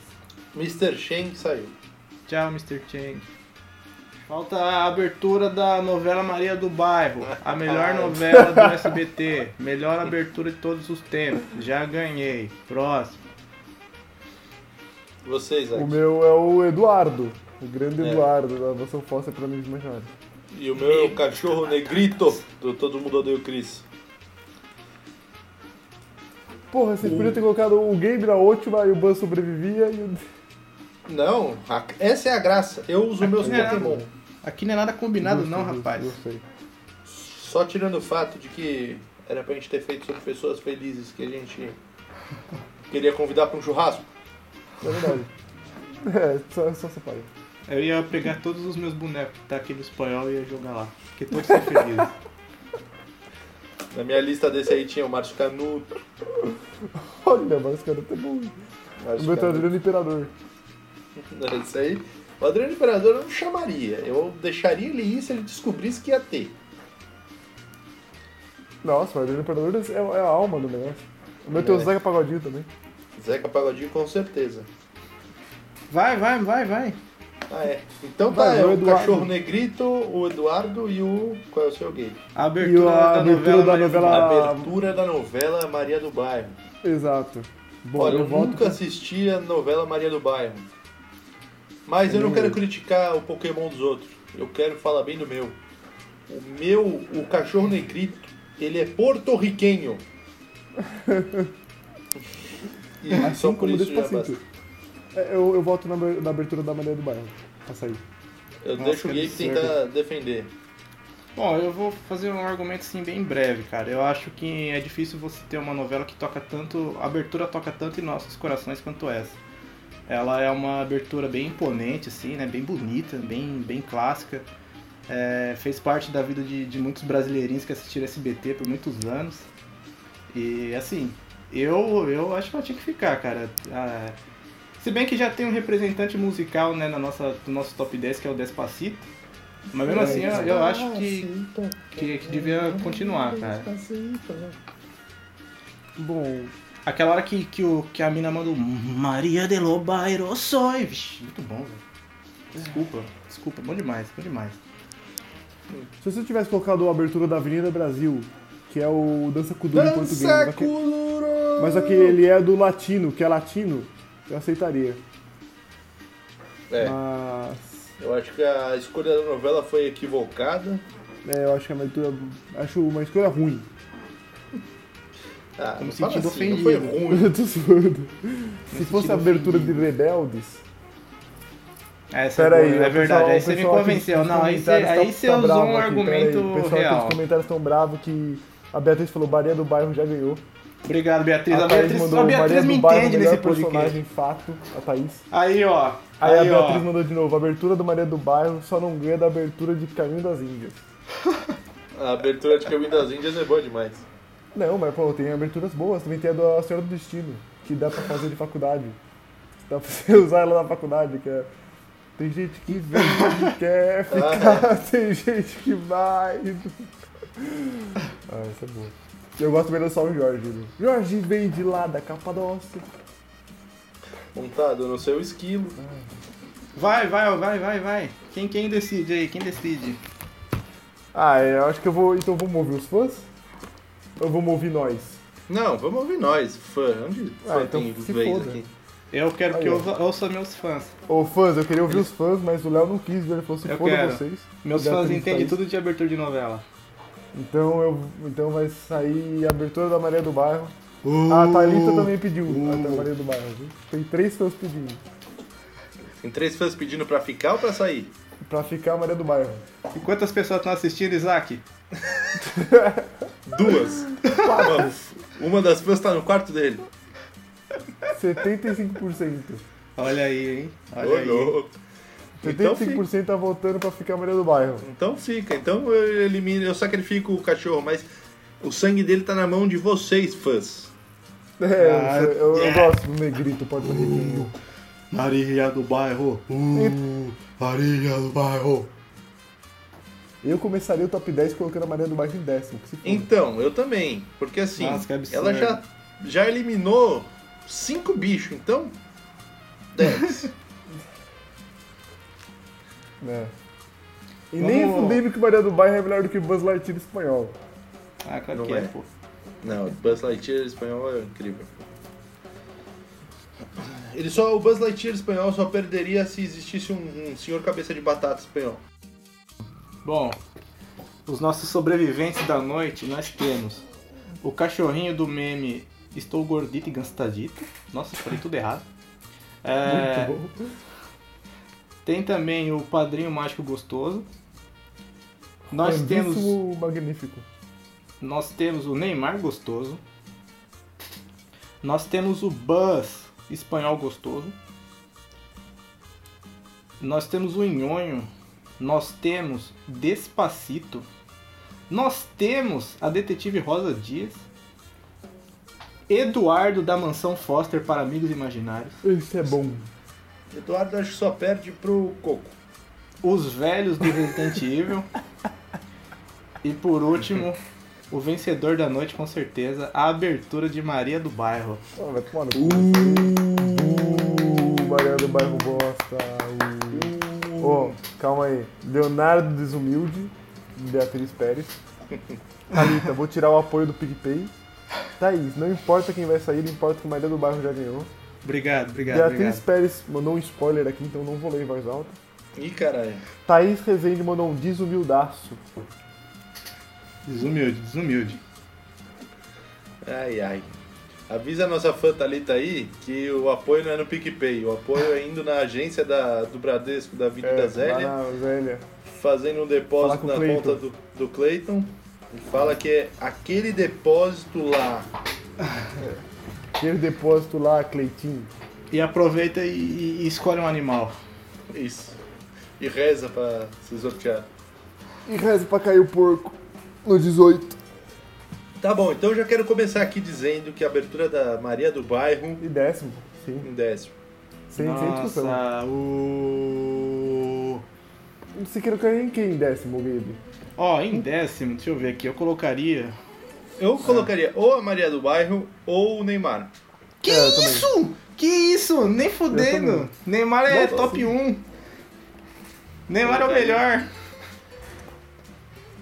S2: Mr. Shen saiu.
S5: Tchau, Mr. Chang. Falta a abertura da novela Maria do Bairro, a melhor novela do SBT, melhor abertura de todos os tempos. Já ganhei. Próximo.
S2: Vocês, Isaac.
S3: O meu é o Eduardo. O grande
S2: É.
S3: Eduardo, da Mansão Fossa para mim imaginários.
S2: E o meu é o cachorro negrito do Todo Mundo Odeia o Chris.
S3: Porra, vocês podiam ter colocado o Gabe na última e o Ban sobrevivia e o.
S2: Não, a- essa é a graça. Eu uso meus
S5: É.
S2: Pokémon.
S5: Aqui não é nada combinado não,
S3: Justo,
S5: rapaz.
S3: justo, Gostei.
S2: Só tirando o fato de que era pra gente ter feito sobre pessoas felizes que a gente queria convidar pra um churrasco.
S3: É verdade. É, só, só separei.
S5: Eu ia pegar todos os meus bonecos que tá aqui no espanhol e ia jogar lá. Porque todos são felizes.
S2: Na minha lista desse aí tinha o Márcio Canuto.
S3: Olha, mas esse cara tá bom. O
S2: Márcio
S3: meu tá
S2: Canuto.
S3: Adriano Imperador.
S2: É isso aí. O Adriano Imperador eu não chamaria. Eu deixaria ele ir se ele descobrisse que ia ter.
S3: Nossa, o Adriano Imperador é, é a alma do negócio. O meu tem o
S2: É.
S3: Zeca Pagodinho também.
S2: Zeca Pagodinho com certeza.
S5: Vai, vai, vai, vai.
S2: Ah, é. Então tá,
S3: Vai,
S2: é
S3: o
S2: o
S3: Eduardo.
S2: Cachorro Negrito, o Eduardo e o... Qual é o seu game?
S5: A
S3: E
S5: abertura
S3: a
S5: da novela.
S3: abertura da
S5: Maria do Bairro.
S3: novela.
S2: Abertura da novela Maria do Bairro.
S3: Exato. Bom,
S2: Olha,
S3: eu
S2: eu
S3: voto.
S2: nunca assisti a novela Maria do Bairro. Mas eu não
S3: Hum.
S2: quero criticar o Pokémon dos outros. Eu quero falar bem do meu. O meu, o cachorro negrito, ele é porto-riquenho. E só
S3: Assim
S2: por
S3: como
S2: isso já
S3: Despacito.
S2: basta.
S3: É, Eu, eu voto na, abe- na abertura da Maria do Bairro. Pra sair.
S2: Eu deixo
S5: Nossa,
S2: o
S5: que
S2: Gabe
S3: é
S5: absurdo.
S2: tentar defender.
S5: Bom, eu vou fazer um argumento assim bem breve, cara. Eu acho que é difícil você ter uma novela que toca tanto, a abertura toca tanto em nossos corações quanto essa. Ela é uma abertura bem imponente, assim, né? Bem bonita, bem, bem clássica. É, fez parte da vida de, de muitos brasileirinhos que assistiram SBT por muitos anos. E assim, eu, eu acho que ela tinha que ficar, cara. Ah, se bem que já tem um representante musical né, na nossa, no nosso top 10, que é o Despacito. Mas mesmo assim, eu, eu acho que, que, que devia continuar, cara.
S3: Bom,
S5: Aquela hora que, que, o, que a mina manda um Maria de Lobairo soy. Vixe, muito bom, velho. Desculpa, desculpa, bom demais, bom demais.
S3: se você tivesse colocado a abertura da Avenida Brasil, que é o Dança com o Duro em português.
S2: Dança
S3: mas que-
S2: Kuduro!
S3: Mas aqui ele é do latino, que é latino, eu aceitaria.
S2: É,
S3: Mas.
S2: eu acho que a escolha da novela foi equivocada.
S3: é, eu acho que a abertura. Acho uma escolha ruim.
S2: Ah,
S5: Tô me
S2: não fala
S5: sentindo
S2: assim, não foi
S5: ofendido.
S2: ruim.
S3: Eu tô zoando. Se
S5: sentido
S3: fosse a abertura de
S5: ofendido.
S3: Rebeldes.
S5: Ah, Essa
S3: Pera
S5: é,
S3: aí,
S5: boa, é
S3: o pessoal-
S5: verdade, aí
S3: o
S5: você me
S3: pessoal aqui
S5: convenceu.
S3: nos
S5: Não, aí você,
S3: comentários tá-
S5: aí você
S3: tá
S5: usou
S3: bravo
S5: um
S3: aqui, peraí. O
S5: argumento
S3: pessoal aqui
S5: real.
S3: nos comentários tão bravo que a Beatriz falou: Maria do Bairro já ganhou.
S5: Obrigado, Beatriz. A,
S3: Thaís
S5: Beatriz,
S3: mandou,
S5: a Beatriz
S3: "Maria
S5: me
S3: tá do Bairro, é
S5: entende
S3: melhor
S5: nesse podcast.
S3: personagem, fato, a Thaís.
S5: Aí, ó.
S3: Aí, a
S5: ó.
S3: Beatriz mandou de novo: a abertura do Maria do Bairro só não ganha da abertura de Caminho das Índias.
S2: A abertura de Caminho das Índias é boa demais.
S3: Não, mas pô, tem aberturas boas. Também tem a da Senhora do Destino, que dá pra fazer de faculdade. Dá pra você usar ela na faculdade, que é. Tem gente que vem e quer ficar, tem gente que vai. Ah, essa é boa. Eu gosto bem do Salve Jorge. Né? Jorge vem de lá da Capadócia.
S2: Montado no seu esquilo.
S5: Vai, vai, vai, vai, vai. Quem, quem decide aí? Quem decide?
S3: Ah, é, eu acho que eu vou. Então vamos ouvir os fãs? Ou vamos ouvir nós?
S2: Não, vamos ouvir nós, fã. Onde
S3: Ah,
S2: fã
S3: então
S2: tem
S3: se
S2: vez
S3: foda.
S2: aqui?
S5: Eu quero que
S3: Aí, ó.
S5: ouça, ouça meus fãs.
S3: Ô fãs, eu queria ouvir os fãs, mas o Léo não quis, ele falou se
S5: Eu
S3: foda
S5: quero.
S3: vocês.
S5: Meus
S3: Dá
S5: fãs
S3: pra gente
S5: entendem
S3: sair.
S5: tudo de abertura de novela.
S3: Então, eu, então vai sair a abertura da Maria do Bairro. a Thalita também pediu a da Maria do Bairro. viu? Tem três fãs pedindo.
S2: Tem três fãs pedindo pra ficar ou pra sair?
S3: Pra ficar a Maria do Bairro.
S5: E quantas pessoas estão assistindo, Isaac?
S2: Duas. uma, uma das fãs tá no quarto dele.
S3: 75%.
S5: Olha aí, hein? Olha
S2: Ô,
S5: aí.
S2: louco. Então
S3: 75% tá voltando pra ficar a Maria do Bairro.
S2: Então fica. Então eu elimino, eu sacrifico o cachorro, mas o sangue dele tá na mão de vocês, fãs.
S3: É,
S2: Ah,
S3: eu, eu
S2: yeah.
S3: gosto do negrito porto-riquenho.
S11: Maria do bairro. Uh, Maria do bairro.
S3: Eu começaria o top 10 colocando a Maria do Bairro em décimo. que se foda.
S2: Então, eu também. Porque assim,
S5: Nossa, que absurdo.
S2: ela já, já eliminou cinco bichos, então. Dez.
S3: É. E nem
S5: Vamos-
S3: fudendo que Maria do Bairro é melhor do que Buzz Lightyear espanhol.
S5: Ah, claro
S2: Não
S5: que
S2: é.
S5: é, pô.
S2: Não, Buzz Lightyear espanhol é incrível. Ele só, o Buzz Lightyear espanhol só perderia se existisse um, um senhor cabeça de batata espanhol.
S5: Bom, os nossos sobreviventes da noite, nós temos o cachorrinho do meme Estou Gordito e Gastadito. Nossa, falei tudo errado. É,
S3: Muito bom.
S5: tem também o Padrinho Mágico Gostoso. Nós temos,
S3: Grandíssimo, magnífico.
S5: nós temos o Neymar Gostoso. Nós temos o Buzz Espanhol Gostoso. Nós temos o Nhonho. Nós temos Despacito. Nós temos a detetive Rosa Dias. Eduardo da Mansão Foster para Amigos Imaginários.
S3: Esse é bom.
S2: Eduardo acho que só perde pro Coco.
S5: Os velhos do Resident Evil. E por último, o vencedor da noite, com certeza, a abertura de Maria do Bairro.
S3: Ah, vai tomar no cu. Uh, Maria do Bairro bosta. Uh. Ô, calma aí. Leonardo Desumilde, Beatriz Pérez. Thalita, vou tirar o apoio do PicPay. Thaís, não importa quem vai sair, importa que Maria do Bairro já ganhou.
S5: Obrigado, obrigado,
S3: Beatriz
S5: obrigado.
S3: Pérez mandou um spoiler aqui, então não vou ler em voz alta.
S2: Ih, caralho.
S3: Thaís Rezende mandou um desumildaço.
S5: Desumilde, desumilde.
S2: Ai, ai. Avisa a nossa fã Thalita aí que o apoio não é no PicPay, o apoio é indo na agência da, do Bradesco, da Vida da Zélia,
S3: É, lá na Zélia.
S2: fazendo um
S3: Fala
S2: depósito
S3: com
S2: na
S3: o Cleiton.
S2: conta do, do Clayton. E fala que é aquele depósito lá.
S3: Aquele depósito lá, Cleitinho.
S5: E aproveita e, e- e escolhe um animal.
S2: Isso. E reza pra se sortear.
S3: E reza pra cair o porco no 18
S2: Tá bom, então eu já quero começar aqui dizendo que a abertura da Maria do Bairro
S3: e décimo. Sim,
S2: em décimo.
S3: sem, sem discussão.
S5: Nossa, o...
S3: Você quer cair em quem em décimo, Gabe?
S5: Ó, em décimo, deixa eu ver aqui, eu colocaria...
S2: Eu
S5: Ah.
S2: colocaria ou a Maria do Bairro ou o Neymar.
S5: Que
S3: É, eu também.
S5: isso? Que isso? Nem fudendo. Neymar é
S2: Bota
S5: top
S2: assim.
S5: 1. Neymar é o melhor.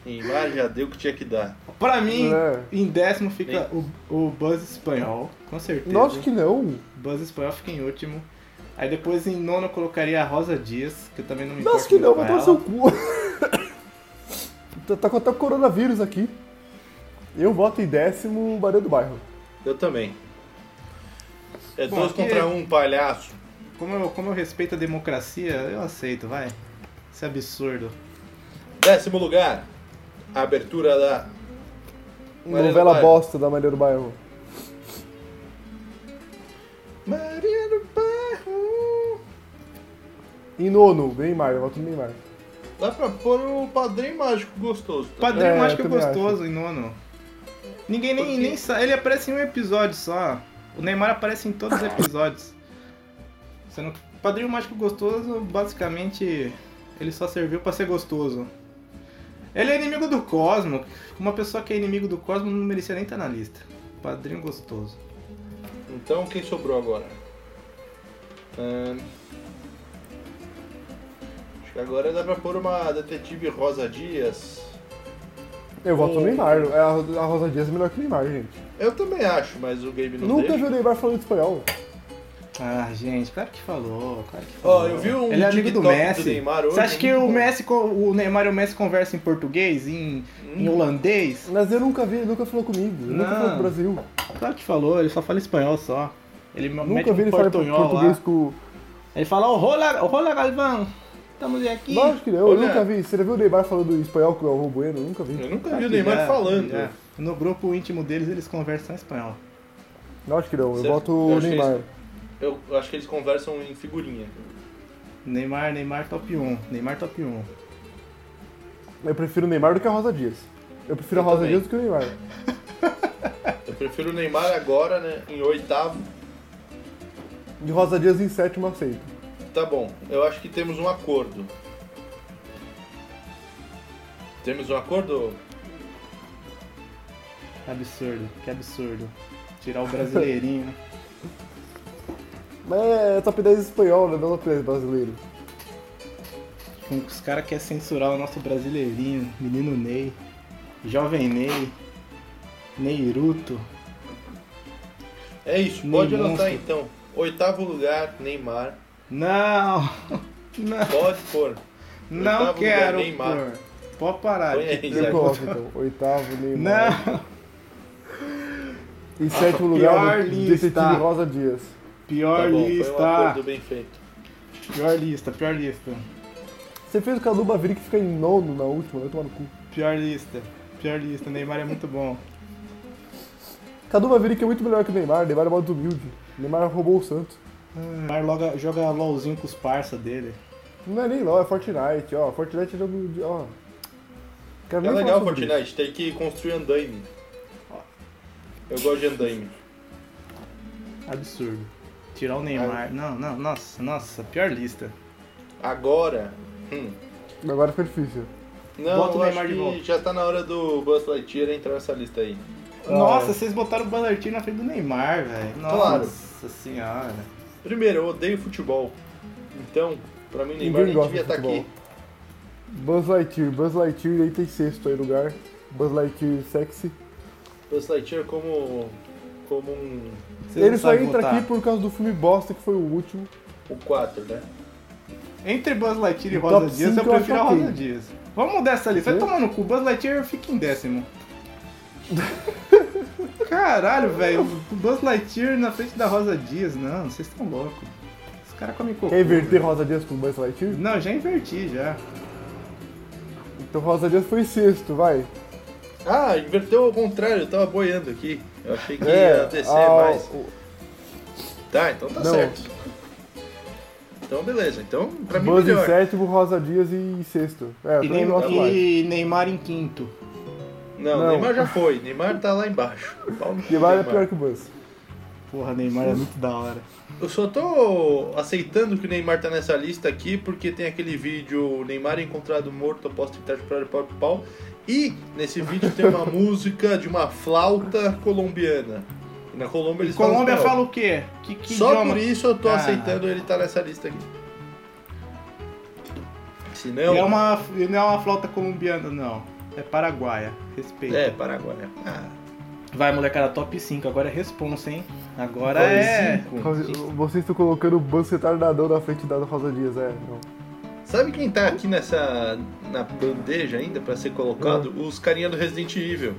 S2: Neymar já deu o que tinha que dar.
S5: Pra mim,
S3: É.
S5: em décimo fica o, o Buzz Espanhol, com certeza.
S3: Lógico que não.
S5: Buzz Espanhol fica em último. Aí depois em nono eu colocaria a Rosa Dias, que eu também não me
S3: Lógico
S5: importo
S3: que não, vai
S5: muito com
S3: tomar seu cu. tá, tá com até o coronavírus aqui. Eu voto em décimo Maria do Bairro.
S2: Eu também. É
S5: Bom,
S2: dois
S5: aqui-
S2: contra um, palhaço.
S5: ela. Como eu, como eu respeito a democracia, eu aceito, vai. Isso é absurdo.
S2: Décimo lugar. A abertura da. Maria do
S3: Novela
S2: Bairro.
S3: bosta da Maria do Bairro.
S2: Maria do Bairro.
S3: Em nono, Neymar, eu voto no Neymar.
S2: Dá pra pôr o Padrinho Mágico gostoso. tá?
S5: Padrinho
S3: É, eu
S5: Mágico é
S3: também
S5: gostoso em nono. Ninguém nem,
S2: Porque-
S5: nem sabe. Ele aparece em um episódio só. O Neymar aparece em todos os episódios. Você não- Padrinho Mágico Gostoso, basicamente, ele só serviu pra ser gostoso. Ele é inimigo do Cosmo. Uma pessoa que é inimigo do Cosmo não merecia nem estar na lista. Padrinho Gostoso.
S2: Então quem sobrou agora? Ahn, Que agora dá pra pôr uma detetive Rosa Dias.
S3: Eu voto no Neymar. A a Rosa Dias é melhor que o Neymar, gente.
S2: Eu também acho, mas o game não
S3: Nunca
S2: teve.
S3: vi o Neymar falando espanhol.
S5: Ah, gente, claro que falou, claro que falou.
S2: Ó, eu vi um
S5: Ele é amigo do
S2: TikTok do
S5: Messi.
S2: Neymar hoje,
S5: Você acha que
S2: muito
S5: o
S2: bom.
S5: Messi, co- o Neymar e o Messi conversam em português, em,
S2: Hum.
S5: em holandês?
S3: Mas eu nunca vi, ele nunca falou comigo. Ele nunca
S5: Não.
S3: falou do Brasil.
S5: Claro que falou, ele só fala espanhol só. Ele mete
S3: nunca vi
S5: um
S3: ele falar
S5: portunhol
S3: português
S5: lá.
S3: com.
S5: Ele fala, ô, rola, rola, Galvão, estamos aqui.
S3: Lógico que não, eu
S5: Olha.
S3: nunca vi. Você já viu o Neymar falando espanhol com o Galvão Bueno? Eu nunca vi.
S2: Eu nunca vi o Neymar
S5: Já,
S2: falando.
S5: já. É, No grupo íntimo deles, eles conversam em espanhol.
S3: Lógico que não, eu
S2: Você-
S3: voto
S2: eu
S3: o
S2: achei
S3: Neymar.
S2: isso. Eu eu acho que eles conversam em figurinha.
S5: Neymar, Neymar top 1, Neymar top 1.
S3: Eu prefiro o Neymar do que a Rosa Dias. Eu prefiro a
S2: Eu
S3: Rosa
S2: também.
S3: Dias do que o Neymar.
S2: Eu prefiro o Neymar agora, né? Em oitavo.
S3: De Rosa Dias em sétimo eu aceito.
S2: Tá bom, eu acho que temos um acordo. Temos um acordo?
S5: Que absurdo, que absurdo. Tirar o brasileirinho, né?
S3: Mas é top 10 espanhol, né? Não top 10 brasileiro.
S5: Com- Os caras querem censurar o nosso brasileirinho, menino Ney, jovem Ney, Neiruto.
S2: É isso,
S5: Nem
S2: pode anotar
S5: monstro.
S2: então. Oitavo lugar, Neymar.
S5: Não! Não,
S2: Pode pôr.
S5: não
S2: Oitavo
S5: quero,
S2: lugar, Neymar.
S5: pô. Pode parar.
S2: Põe aí,
S3: Eu
S2: Zé.
S3: coloco então. Oitavo, Neymar.
S5: Não,
S3: Em sétimo
S5: pior
S3: lugar, o
S5: lista.
S3: detetive Rosa Dias.
S5: pior
S2: Tá bom, foi um acordo
S5: lista.
S2: bem feito.
S5: Pior lista, pior lista.
S3: Você fez o Caluba vir que fica em nono na última, vai tomar no cu.
S5: Pior lista. Pior lista, Neymar é muito bom.
S3: Cadu Maverick é muito melhor que o Neymar, o Neymar é modo humilde. O Neymar roubou o Santos.
S5: Neymar loga- joga LOLzinho com os parça dele.
S3: Não é nem LOL, é Fortnite, ó. Fortnite é jogo de. ó. Quero
S2: É
S3: nem falar
S2: legal
S3: sobre isso.
S2: Fortnite, tem que construir andaime. Eu gosto de andaime.
S5: Absurdo. Tirar o Neymar. Não, não, nossa, nossa, pior lista.
S2: Agora. hum,
S3: Agora fica difícil.
S2: Não,
S5: Bota o
S2: eu
S5: Neymar
S2: acho
S5: de
S2: que
S5: volta.
S2: já tá na hora do Buzz Lightyear entrar nessa lista aí.
S5: Nossa, vocês botaram o Ballertinho na frente do Neymar, velho.
S2: Claro.
S5: Nossa senhora.
S2: Primeiro, eu odeio futebol. Então, pra mim, Neymar
S3: Ninguém
S2: nem
S3: gosta
S2: devia
S3: de
S2: estar
S3: futebol.
S2: aqui.
S3: Buzz Lightyear, Buzz Lightyear aí tem sexto aí lugar. Buzz Lightyear sexy.
S2: Buzz Lightyear como, como um,
S5: Vocês não
S3: Ele só
S5: sabem
S3: entra
S5: votar.
S3: aqui por causa do filme bosta que foi o último.
S2: o 4, né?
S5: Entre Buzz Lightyear e
S3: No
S5: Rosa
S3: top
S5: Dias, eu
S3: cinco eu Uhum.
S5: prefiro a
S3: acho ok.
S5: Rosa Dias. Vamos mudar essa lista. Vai
S3: Quê?
S5: tomar no cu. Buzz Lightyear fica em décimo. Caralho, velho. o Buzz Lightyear na frente da Rosa Dias. Não, vocês estão loucos. Os caras comem cocô.
S3: Quer inverter
S5: velho.
S3: Rosa Dias com Buzz Lightyear?
S5: Não, já inverti, já.
S3: Então Rosa Dias foi sexto, vai.
S2: Ah, inverteu ao contrário, eu tava boiando aqui. Eu achei que ia descer
S3: ah,
S2: mais.
S3: o-
S2: Tá, então tá
S3: Não.
S2: certo. Então, beleza. Então, pra mim,
S3: Buzz em
S2: melhor.
S3: sétimo, Rosa Dias em sexto. É, eu
S5: E,
S3: também
S5: Neymar,
S3: gosto mais.
S5: e Neymar em quinto.
S2: Não,
S3: Não.
S2: Neymar já foi. Neymar tá lá embaixo. Pau no cu do
S3: Neymar é pior que o Buzz.
S5: Porra, Neymar é muito da hora.
S2: Eu só tô aceitando que o Neymar tá nessa lista aqui porque tem aquele vídeo Neymar encontrado morto após tentar tirar o próprio pau. E nesse vídeo tem uma música de uma flauta colombiana. E na Colômbia eles falam
S5: Colômbia
S2: espanhol.
S5: fala o quê? Que, que
S2: Só
S5: idioma?
S2: por isso eu tô
S5: Ah.
S2: aceitando ele tá nessa lista aqui. Se não.
S5: É uma, não é uma flauta colombiana, não. É paraguaia. Respeita.
S2: É, Paraguai. Ah,
S5: Vai, molecada, top 5. Agora é responsa, hein? Agora
S2: Top
S5: é.
S3: Rosa- Vocês estão colocando o Buzz retardadão na frente da Rosa Dias, é. Não.
S2: Sabe quem tá aqui nessa. na bandeja ainda pra ser colocado? Os carinha do Resident Evil.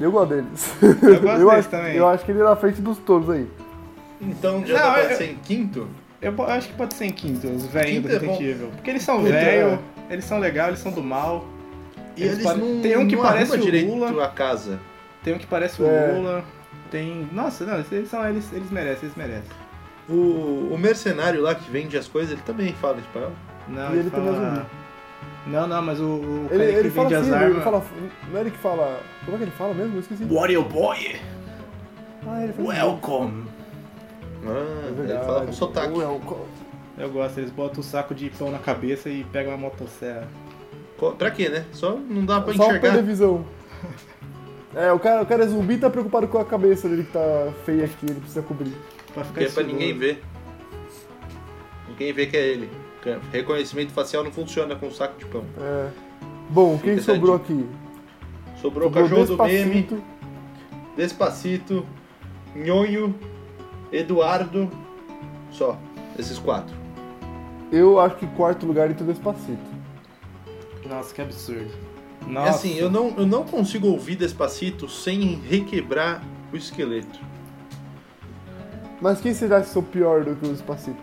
S3: Eu gosto deles.
S5: Eu gosto deles
S3: acho,
S5: também.
S3: Eu acho que ele é na frente dos todos aí.
S2: Então já
S5: Não,
S2: dá pra
S5: eu-
S2: ser em quinto?
S5: Eu bo- acho que pode ser em quinto, os velhinhos
S2: Quinto
S5: do
S2: é
S5: Resident
S2: bom.
S5: Evil. Porque eles são
S3: Quinto é-
S5: velhos, eles são legais, eles são do mal.
S2: E eles,
S5: pare-
S2: não.
S5: Tem um que
S2: não
S5: parece
S2: arruma
S5: o
S2: direito
S5: Lula,
S2: a casa.
S5: tem um que parece
S3: É.
S5: o Lula. Tem. Nossa, não, eles são. Eles, eles merecem, eles merecem.
S2: O, o mercenário lá que vende as coisas, ele também fala espanhol.
S5: Não, ah,
S3: E ele também é zumbi.
S5: Não, não, mas o, o
S3: Ele,
S5: cara que
S3: ele fala
S5: vende
S3: assim,
S5: as
S3: ele
S5: armas.
S3: fala. Não é ele que fala. Como é que ele fala mesmo? Eu esqueci.
S5: Wario Boy,
S3: Ah, ele fala.
S5: welcome!
S2: Ah,
S3: É
S2: ele
S3: verdade.
S2: fala com sotaque.
S3: Ué, o co-
S5: Eu gosto, eles botam o saco de pão na cabeça e pegam uma motosserra.
S2: Co- Pra quê, né? Só não dá pra
S3: Só pra
S2: enxergar.
S3: perder visão. É, o cara, o cara é zumbi e tá preocupado com a cabeça dele que tá feia aqui, ele precisa cobrir.
S5: Pra ficar
S2: Porque é pra
S5: estiloso.
S2: ninguém ver. Ninguém vê que é ele. Reconhecimento facial não funciona com um saco de pão.
S3: É. Bom, quem
S2: Fica essa
S3: sobrou
S2: dica.
S3: aqui?
S2: É. Sobrou o
S3: Sobrou
S2: cachorro do meme,
S3: Despacito.
S2: Despacito, Nhonho, Eduardo. Só. Esses quatro.
S3: Eu acho que quarto lugar entre o Despacito.
S5: Nossa, que absurdo.
S2: É assim, eu não, eu não consigo ouvir Despacito sem requebrar o esqueleto.
S3: Mas quem será que sou pior do que o Despacito?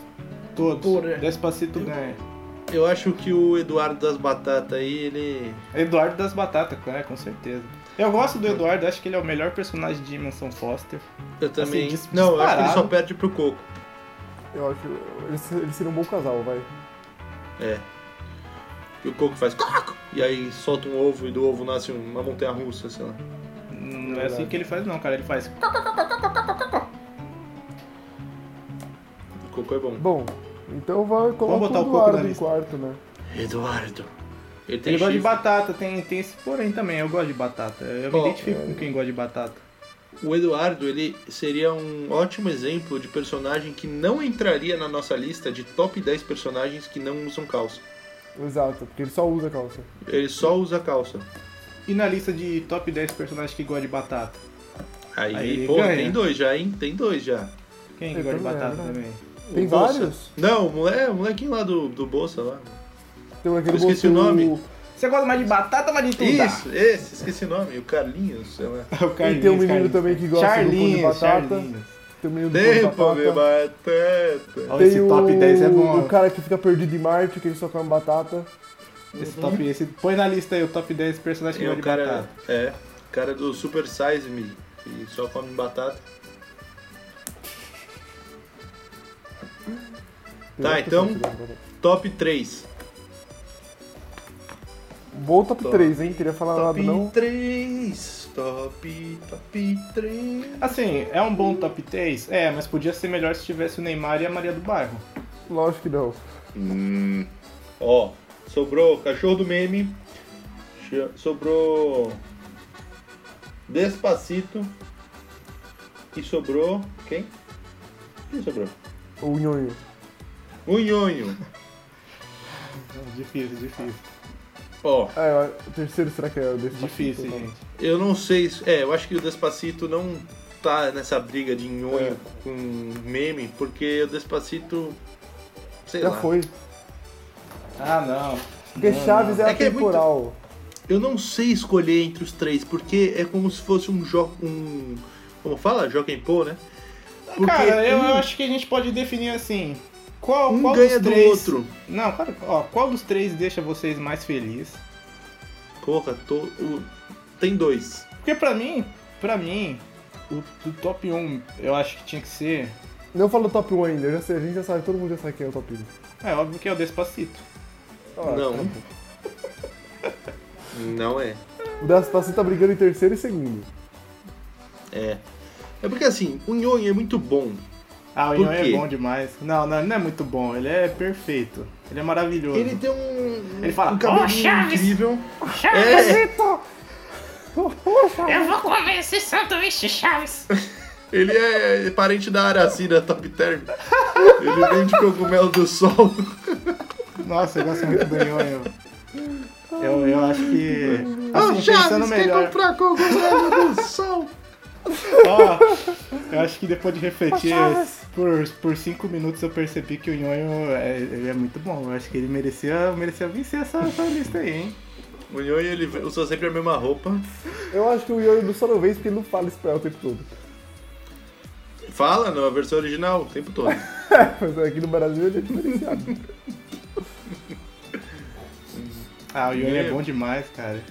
S5: Todos. Despacito ganha.
S2: Eu acho que o Eduardo das Batatas aí, ele.
S5: Eduardo das Batatas, né? Com certeza. Eu gosto do Eduardo, acho que ele é o melhor personagem de Mansão Foster.
S2: Eu também.
S5: Assim, dis-
S2: não, eu acho que ele só
S5: disparado.
S2: perde pro Coco.
S3: Eu acho que eles, eles seriam um bom casal, vai.
S2: É. E o Coco faz. "Coco!" E aí solta um ovo e do ovo nasce uma montanha russa, sei lá.
S5: Não é assim que ele faz, não, cara. Ele faz.
S3: Tá,
S2: O Coco é bom.
S3: Bom, então vai colocar
S5: botar
S3: o
S5: o Coco na
S3: Eduardo em
S5: lista.
S3: quarto, né?
S2: Eduardo. Ele tem
S5: Ele gosta de
S2: chifre.
S5: batata, tem, tem esse porém também. Eu gosto de batata. Eu me
S2: Ó,
S3: é.
S5: identifico com quem gosta de batata.
S2: O Eduardo, ele seria um ótimo exemplo de personagem que não entraria na nossa lista de top 10 personagens que não usam calça.
S3: Exato, porque ele só usa calça.
S2: Ele só usa calça.
S5: E na lista de top 10 personagens que gosta de batata?
S2: Aí,
S5: Aí
S2: pô,
S5: ganha.
S2: tem dois já, hein? Tem dois já.
S5: Quem
S3: Eu
S5: gosta de
S3: também,
S5: batata
S3: né?
S5: também?
S3: Tem
S2: O Bolsa.
S3: vários?
S2: Não, o mole- é, o molequinho lá do, do Bolsa lá.
S3: Tem um aquele
S2: Eu esqueci o
S3: bolso-
S2: nome.
S5: Você gosta mais de batata ou mais de tudo?
S2: Isso, esse, esqueci o nome. O Carlinhos, sei lá.
S5: Ah, o
S3: E tem um menino também que gosta do pão de
S5: Charlinhos,
S3: batata.
S5: Charlinhos.
S3: Tem um menino do
S2: Tempo
S3: pão de
S2: de
S3: batata.
S2: batata.
S5: Ó, esse
S3: Tem
S5: top
S3: o-
S5: 10 é bom.
S3: O cara que fica perdido em Marte, que ele só come batata.
S5: Esse top, esse, põe na lista aí o top 10 personagens que
S2: Tem
S5: gosta
S2: o
S5: de
S2: cara,
S5: batata.
S2: é, o cara do Super Size Me, que só come batata. Tá, então, top 3.
S3: Bom top
S2: top.
S3: 3, hein? Queria falar nada,
S2: Top
S3: Tá
S2: um.
S3: não.
S2: 3, top, top 3.
S5: Assim, é um bom top 10? É, mas podia ser melhor se tivesse o Neymar e a Maria do Bairro.
S3: Lógico que não.
S2: Ó, sobrou cachorro do meme, Ch- sobrou Despacito e sobrou quem? Quem sobrou?
S3: O nhonho.
S2: O Nhonho.
S5: Difícil, difícil.
S2: Ó,
S3: É, o terceiro será que é o desse?
S5: Difícil,
S3: Não.
S5: gente.
S2: eu não sei, se- é, eu acho que o Despacito não tá nessa briga de Nhonho
S3: É.
S2: com meme, porque o Despacito, sei
S3: Já
S2: lá.
S3: foi.
S5: Ah, não.
S3: Porque Chaves é
S2: É que é muito-
S3: atemporal.
S2: Eu não sei escolher entre os três, porque é como se fosse um jogo. Um, como fala? Joaquim Pô, né? Porque
S5: Cara, eu,
S2: um,
S5: eu acho que a gente pode definir assim. Qual,
S2: um
S5: qual
S2: ganha
S5: dos
S2: do
S5: três...
S2: outro.
S5: Não, cara, ó, qual dos três deixa vocês mais felizes?
S2: Porra, tô, o- tem dois.
S5: Porque pra mim, pra mim, o, do top 1 eu acho que tinha que ser.
S3: Não falo top 1 ainda, eu já sei, a gente já sabe, todo mundo já sabe quem é o top 1.
S5: É óbvio que é o Despacito.
S3: Ah,
S2: não.
S3: tá
S2: Não é.
S3: O Despacito tá brigando em terceiro e segundo.
S2: É. É porque assim, o Nhonho é muito bom.
S5: Ah, o
S2: Por
S5: Ion é
S2: quê?
S5: bom demais. Não, não, ele não é muito bom, ele é perfeito. Ele é maravilhoso.
S2: Ele tem um.
S5: Ele fala,
S2: um cabelo
S6: "Ó, Chaves!"
S2: incrível. É,
S3: É.
S6: Eu vou comer esse sanduíche, Chaves.
S2: ele é parente da Aracina Top Term. Ele vem de cogumelo do sol.
S5: Nossa, eu gosto muito do Ion. Eu, eu, eu acho que.
S3: Ah,
S2: Ô,
S5: Assim, pensando
S2: Chaves, quer
S5: melhor.
S2: comprar cogumelo do sol?
S5: Ó, eu acho que depois de refletir por, por cinco minutos eu percebi que o Nhonho é, ele é muito bom. Eu acho que ele merecia, merecia vencer essa, essa lista aí, hein?
S2: O Nhonho, ele usa sempre a mesma roupa.
S3: Eu acho que o Yoyo do só não vez porque ele não fala espanhol o tempo todo.
S2: Fala na versão original o tempo todo.
S3: Mas aqui no Brasil ele é diferenciado.
S5: Ah, o Ion é
S2: Meu.
S5: bom demais, cara.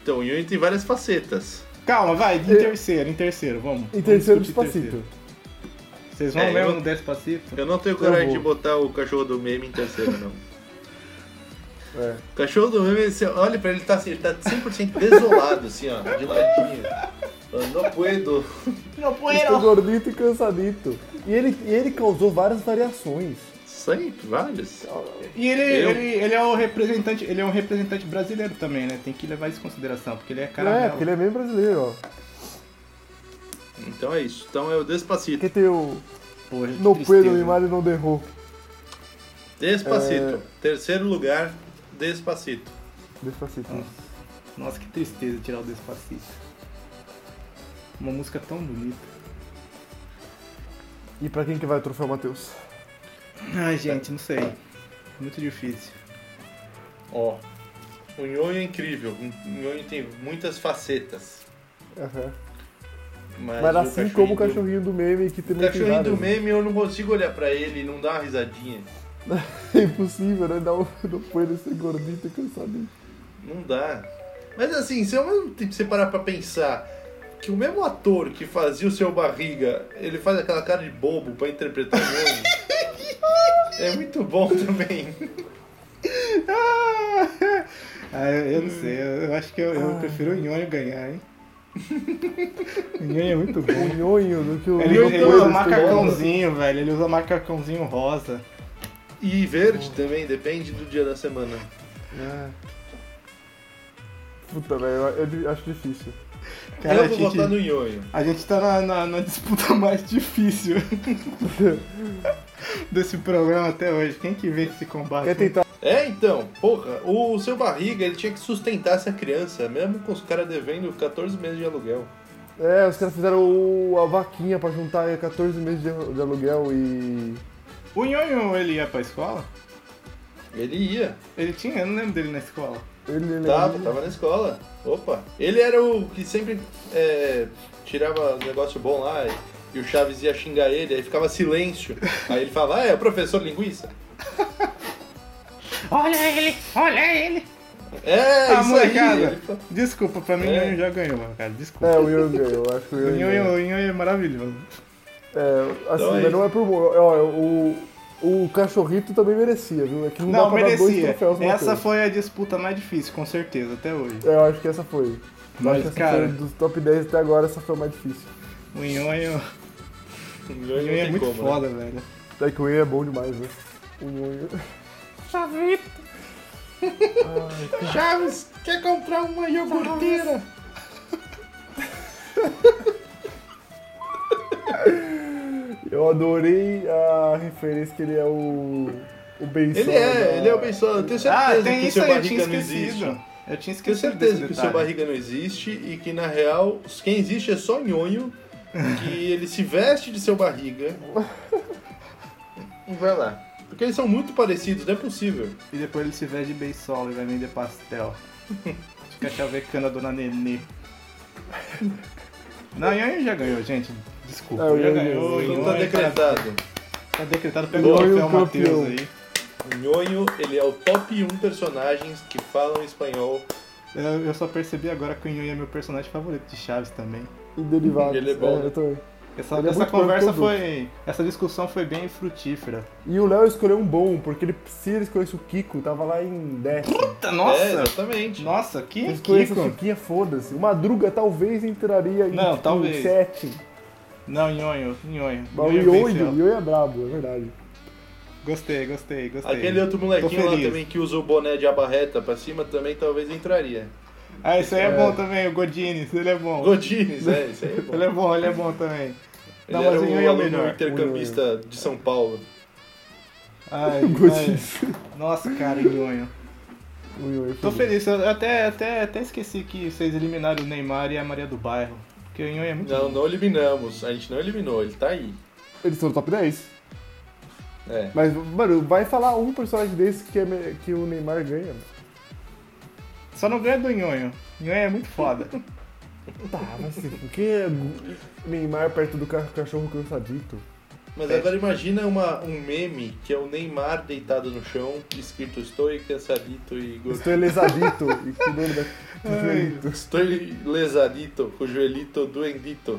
S2: Então, o Yuri tem várias facetas.
S5: Calma, vai, em
S3: Eu-
S5: terceiro, em terceiro, vamos.
S3: É. Em terceiro,
S5: Vamos discutir
S3: Despacito.
S5: terceiro. Vocês vão
S2: É,
S5: mesmo
S2: eu-
S5: no Despacito?
S2: Eu não tenho
S3: Eu
S2: coragem
S3: vou.
S2: de botar o cachorro do meme em terceiro, não.
S3: É.
S2: O cachorro do meme, você olha pra ele, tá, assim, ele tá 100% desolado, assim, ó, de ladinho. Falando, Não puedo.
S5: é
S3: Estou gordito e cansadito. E ele, e ele causou várias variações.
S2: Sempre, vários.
S5: E ele,
S2: Eu-
S5: ele, ele é o representante, ele é um representante brasileiro também, né? Tem que levar isso em consideração, porque ele é
S3: Não é,
S5: caramelo.
S3: porque ele é meio brasileiro, ó.
S2: Então é isso. Então é o Despacito.
S3: Porque tem o
S5: Porra, que
S3: No
S5: tristeza. né?
S3: Pedro, o Neymar e não derrou.
S2: Despacito.
S3: É.
S2: Terceiro lugar, Despacito.
S3: Despacito.
S5: Nossa, que tristeza tirar o Despacito. Uma música tão bonita.
S3: E pra quem que vai o troféu, Matheus?
S5: Ai, gente, não sei. Muito difícil.
S2: Ó, o Nhonho é incrível. O Nhonho tem muitas facetas.
S3: Aham.
S2: Mas,
S3: Mas
S2: Tá o
S3: assim como o
S2: do-
S3: cachorrinho do meme que
S2: O
S3: também tem
S2: cachorrinho do
S3: vários, né?
S2: meme, eu não consigo olhar pra ele e não dar uma risadinha.
S3: É impossível, né? Dar um não põe nesse gordinho cansadinho.
S2: Não dá. Mas assim, se ao mesmo tempo que você parar pra pensar que o mesmo ator que fazia o seu barriga, ele faz aquela cara de bobo pra interpretar o homem. é muito bom também.
S5: Ah, eu, eu não sei, eu, eu acho que eu, eu prefiro o Nhonho ganhar, hein? o Nhonho é muito bom.
S3: O nhonho do que o.
S5: Ele,
S3: do
S5: ele
S3: que o
S5: usa
S3: Wesley
S5: macacãozinho, velho. Ele usa macacãozinho rosa.
S2: E verde também, depende do dia da semana.
S3: É. Puta, velho, eu, eu acho difícil.
S5: Cara,
S2: eu
S5: a,
S2: vou
S5: gente,
S2: votar no Nhonho.
S5: a gente tá na, na- na disputa mais difícil desse programa até hoje. Quem que vence esse combate?
S3: Quer tentar?
S2: É, então, porra, o seu barriga, ele tinha que sustentar essa criança, mesmo com os caras devendo 14 meses de aluguel.
S3: É, os caras fizeram o- a vaquinha pra juntar 14 meses de, de aluguel e.
S5: O Nhonho, ele ia pra escola?
S2: Ele ia,
S5: Ele tinha, eu não lembro dele na escola.
S3: Ele, é ele
S2: tava,
S5: Uhum.
S2: tava na escola. Opa, ele era o que sempre é, tirava negócio bom lá e, e o Chaves ia xingar ele, aí ficava silêncio. Aí ele falava, ah, é o professor linguiça.
S5: Olha ele, olha ele.
S2: É,
S5: Ah,
S2: isso aí.
S5: molecada.
S2: Ele fa-
S5: Desculpa, pra mim o
S2: É.
S5: Nhonho já ganhou, cara. Desculpa.
S3: É, o Young ganhou, eu acho que o
S5: o,
S3: Young
S5: Nhonho,
S3: ganhou.
S5: o Nhonho é maravilhoso.
S3: É, assim,
S2: Então é
S3: mas não é por. Olha, o. O cachorrito também merecia, viu? É que não,
S5: Não,
S3: dá pra dar dois
S5: merecia.
S3: troféus numa
S5: Essa
S3: coisa.
S5: foi a disputa mais difícil, com certeza, até hoje.
S3: É, Eu acho que essa foi. Eu acho
S5: Mas,
S3: que essa
S5: cara-
S3: foi dos top 10 até agora, essa foi a mais difícil.
S5: O Nhonho,
S2: o
S5: o
S2: Nhonho
S5: Nhonho é
S2: não tem
S5: muito
S2: como, né?
S5: foda, velho.
S3: É que o Ian é bom demais, né? O Ian.
S2: Chaves, quer comprar uma iogurteira?
S3: Eu adorei a referência que ele é o. O né? Benção.
S2: Ele é,
S3: da-
S2: ele é o pessoal. Eu tenho certeza
S5: Ah, tem
S2: que o
S5: isso
S2: seu
S5: aí, eu tinha
S2: barriga não existe.
S5: esquecido. Eu tinha
S2: Tenho
S5: esquecido
S2: certeza
S5: desse
S2: que o seu
S5: detalhe.
S2: barriga não existe e que na real quem existe é só nhonho, que ele se veste de seu barriga. Vai lá. Porque eles são muito parecidos, não é possível.
S5: E depois ele se veste de beisola e vai vender pastel. Fica chavecando a dona Nenê. Não, o Nhonho já ganhou, gente. Desculpa.
S3: É, o
S5: já
S3: Nhonho
S5: ganhou,
S3: ganhou.
S5: o
S2: Não tá
S5: Nhonho tá-
S2: decretado.
S5: tá decretado pelo
S3: Nhonho
S5: troféu
S3: campeão.
S5: Matheus aí.
S2: O nhonho, ele é o top 1 personagens que falam espanhol.
S5: Eu, eu só percebi agora que o Nhonho é meu personagem favorito de Chaves também.
S3: E derivados.
S2: Ele é bom, né?
S3: eu também.
S5: Essa,
S3: Ele é
S5: essa
S3: muito bom em
S5: conversa
S3: tudo.
S5: foi. Essa discussão foi bem frutífera.
S3: E o Léo escolheu um bom, porque ele, se ele escolhesse o Kiko, tava lá em 10.
S5: Puta,
S2: É,
S5: nossa!
S2: exatamente.
S5: nossa, que
S3: Se ele escolhesse o
S5: Kiko!
S3: Chiquinha, assim, é foda-se. O Madruga talvez entraria em
S5: Não, talvez.
S3: 7.
S5: Não, Nhonho, Nhonho.
S3: tipo? Mas o
S5: Nhonho
S3: Ioio,
S5: venceu.
S3: o Ioio é brabo, é verdade.
S5: Gostei, gostei, gostei.
S2: Aquele outro molequinho
S5: Tô
S2: lá
S5: feliz.
S2: também que usa o boné de aba reta pra cima também talvez entraria.
S5: Ah, isso aí é, bom também, o Godines, ele é bom.
S2: Godines, é, isso aí. é bom.
S5: Ele é bom, ele é bom também.
S2: Ele
S5: Não, mas
S2: era
S5: o
S2: o
S5: Nhonho é o
S2: aluno
S5: melhor.
S2: intercambista de São Paulo.
S5: Ai,
S3: Godinez.
S5: ai. Nossa, cara, Nhonho.
S3: assim. O é Ioio
S5: Tô feliz, eu até, até, até esqueci que vocês eliminaram o Neymar e a Maria do Bairro. Porque o Nhonho é muito
S2: Não,
S5: bom.
S2: não eliminamos. A gente não eliminou, ele tá aí.
S3: Eles estão no top 10.
S2: É.
S3: Mas, mano, vai falar um personagem desse que, é me- que o Neymar ganha. mano.
S5: Só não ganha do Nhonho. Nhonho é muito foda.
S3: Tá, mas assim, por que é Neymar perto do ca- cachorro cansadito?
S2: Mas agora imagina uma, um meme que é o Neymar deitado no chão, escrito Estou cansadito e gordo.
S3: Estou elesadito. e que nome da...
S5: Ai.
S2: Estou lesadito, com o joelito doendito.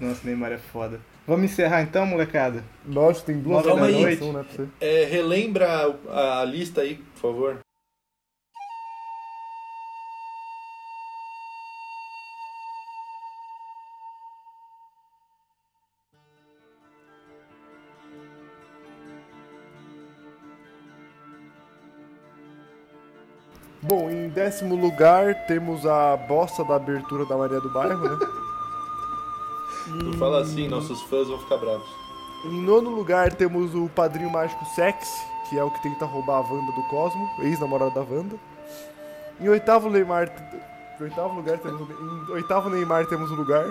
S5: Nossa, o Neymar é foda. Vamos encerrar então, molecada?
S3: Lógico, tem duas
S5: Calma
S3: horas de
S2: aí.
S3: gravação, né, pra você.
S2: É, relembra a, a lista aí, por favor.
S3: Bom, em décimo lugar temos a bosta da abertura da Maria do Bairro, né?
S2: Não fala assim, nossos fãs vão ficar bravos.
S3: Em nono lugar temos o Padrinho Mágico Sexy, que é o que tenta roubar a Wanda do Cosmo, ex-namorada da Wanda. Em oitavo Neymar. Em oitavo lugar temos o- Em oitavo Neymar temos o lugar.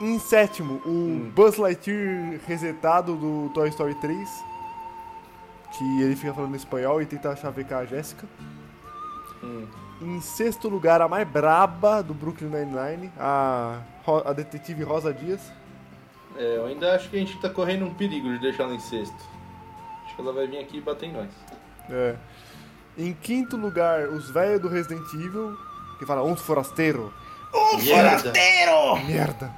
S3: em sétimo, o Buzz Lightyear resetado do Toy Story 3. Que ele fica falando espanhol e tenta chavecar a Jéssica. Em sexto lugar, a mais braba do Brooklyn Nine-Nine, a, Ro- a detetive Rosa Dias.
S2: É, eu ainda acho que a gente tá correndo um perigo de deixar ela em sexto. Acho que ela vai vir aqui e bater em nós.
S3: É. Em quinto lugar, os velhos do Resident Evil, que fala um forasteiro.
S9: Um
S3: Merda.
S5: Oh.
S9: forasteiro!
S3: Merda.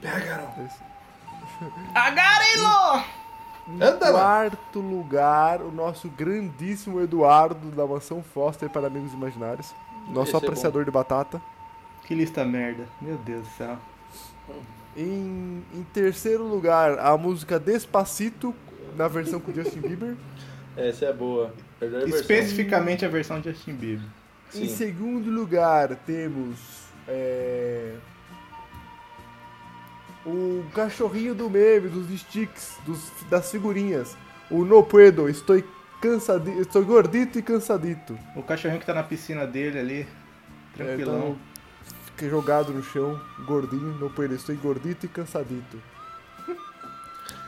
S9: Pégaro!
S3: Agarelo! Em
S9: Anda lá.
S3: quarto lugar, o nosso grandíssimo Eduardo da Mansão Foster para Amigos Imaginários. Nosso
S5: Esse é bom.
S3: apreciador de batata.
S5: Que lista merda. Meu Deus do céu.
S3: Em, em terceiro lugar, a música Despacito, na versão com Justin Bieber.
S2: Essa é boa. Melhor versão.
S5: Especificamente a versão de Justin Bieber.
S3: Em segundo lugar, temos. é, o cachorrinho do meme, dos sticks, dos- das figurinhas. O No Puedo, estou cansadito, estou gordito e cansadito. Então,
S5: O cachorrinho que tá na piscina dele ali, tranquilão.
S3: Fiquei jogado no chão, gordinho, No Puedo, estou gordito e cansadito.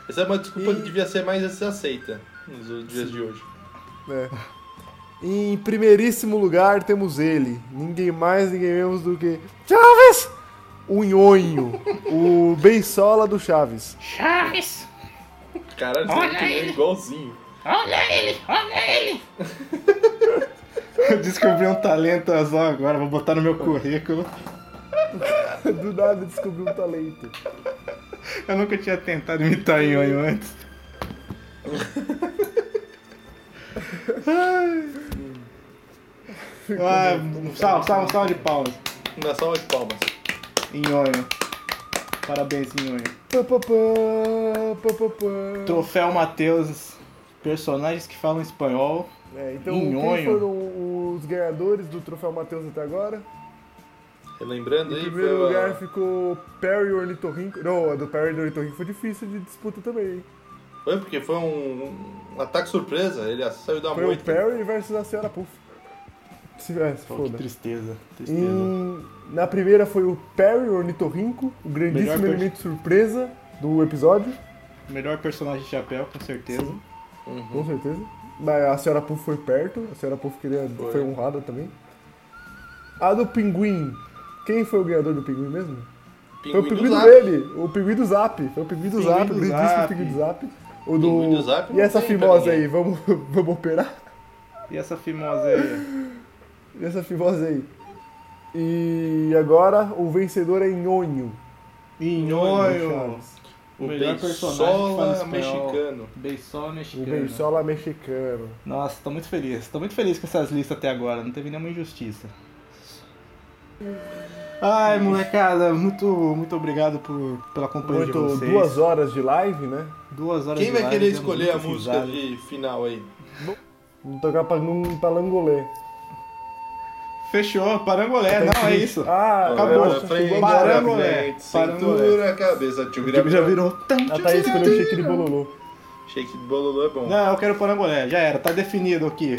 S2: Essa é uma desculpa que devia ser mais aceita nos dias de hoje.
S3: É. Em primeiríssimo lugar temos ele, ninguém mais, ninguém menos do que Chaves, o nhonho, o bensola do Chaves.
S9: Chaves!
S2: Caralho,
S9: Olha
S2: você é
S9: ele.
S2: igualzinho.
S9: Olha ele! Olha ele!
S5: Eu descobri um talento só agora, vou botar no meu currículo.
S3: Do nada descobriu um talento.
S5: Eu nunca tinha tentado imitar Nhonho antes. Ah, salve, salve, salve de palmas.
S2: Uma salva de palmas.
S5: Nhonho. Parabéns, Nhonho.
S3: Pá, pá, pá, pá, pá, pá.
S5: Troféu Matheus. Personagens que falam espanhol.
S3: É, então, quem
S5: Nhonho.
S3: foram os ganhadores do troféu Matheus até agora?
S2: Relembrando
S3: Em
S2: aí,
S3: primeiro
S2: foi
S3: lugar
S2: a...
S3: ficou Perry Ornitorrinco. Não, a do Perry Ornitorrinco foi difícil de disputa também. hein?
S2: Foi porque foi um, um ataque surpresa, ele saiu
S5: Tá
S2: da
S3: Foi o
S2: moita.
S3: Perry versus a senhora Puff. Se é, se foda. Hum.
S5: Tristeza,
S3: Em- na primeira foi o Perry Ornitorrinco, o grandíssimo
S5: Melhor per-
S3: elemento surpresa do episódio,
S5: Melhor personagem de chapéu, com certeza.
S3: com certeza. Mas a senhora Puff foi perto, a senhora Puff queria, foi.
S5: Foi.
S3: honrada também. A do Pinguim, quem foi o ganhador do Pinguim mesmo? foi
S2: Pinguim
S3: o
S2: do
S3: Pinguim do
S2: Zap.
S3: dele, o Pinguim do Zap, foi o Pinguim do
S2: Pinguim
S3: Zap,
S2: do
S3: o grandíssimo
S2: Zap.
S3: Pinguim do Zap. O
S2: Pinguim
S3: do...
S2: do Zap
S3: e
S2: não
S3: essa
S2: tem pra
S3: fimosa
S2: ninguém.
S3: aí, vamos, vamos operar?
S5: E essa famosa aí?
S3: E essa fimosa aí. E agora o vencedor é Nhonho.
S5: Nhonho.
S2: O
S5: melhor
S2: Beisola
S5: personagem que fala espanhol.
S2: mexicano.
S5: Beisola mexicano.
S3: O Bensola mexicano.
S5: Nossa, tô muito feliz. Tô muito feliz com essas listas até agora. Não teve nenhuma injustiça. Ai, molecada, muito, muito obrigado por, pela companhia
S3: Muito,
S5: de vocês.
S3: duas horas de live, né?
S5: Duas horas
S2: Quem
S5: de
S2: vai
S5: live,
S2: querer
S5: demos
S2: escolher a
S5: muitas
S2: música
S5: risadas.
S2: de final aí?
S3: Vamos tocar pra, num- pra Langolê.
S5: Fechou, parangolé, não, é isso.
S3: Ah,
S5: Acabou.
S2: Agora, frente,
S5: Parangolé,
S3: né?
S2: frente,
S5: parangolé.
S2: Cintura, cabeça, tio
S5: Já tá virou...
S3: A Thaís escolheu o shake de bololô.
S2: Shake de bololô é bom.
S5: Não, eu quero parangolé, já era, tá definido aqui.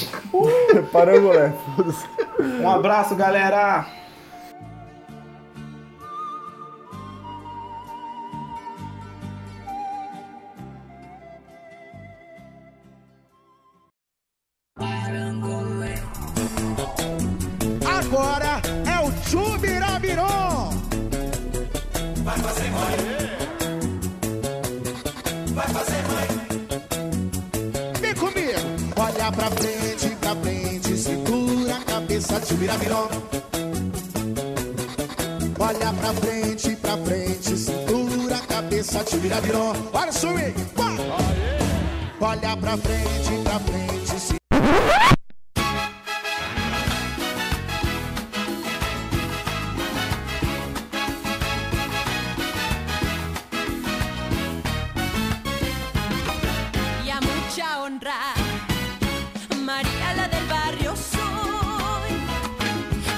S3: Parangolé, foda-se.
S5: Um abraço, galera!
S9: Agora é o Chubirabiró! Vai fazer mãe! Vai fazer mãe! Vem comigo! Olha pra frente, pra frente, segura a cabeça, Chubirabiró! Olha pra frente, pra frente, segura a cabeça, Chubirabiró! Olha o swing! pá! Olha pra frente, pra frente, se...
S12: y a mucha honra. María la del barrio soy,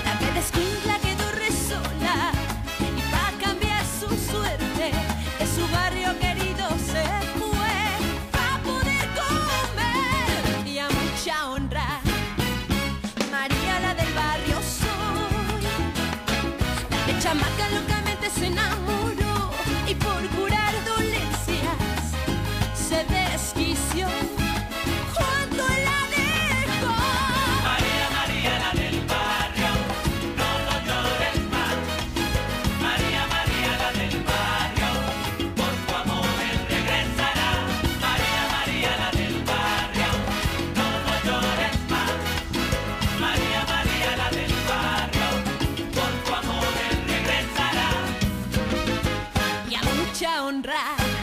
S12: la que desquintla que corre sola y va a cambiar su suerte que su barrio querido se fue. mucha honra. este este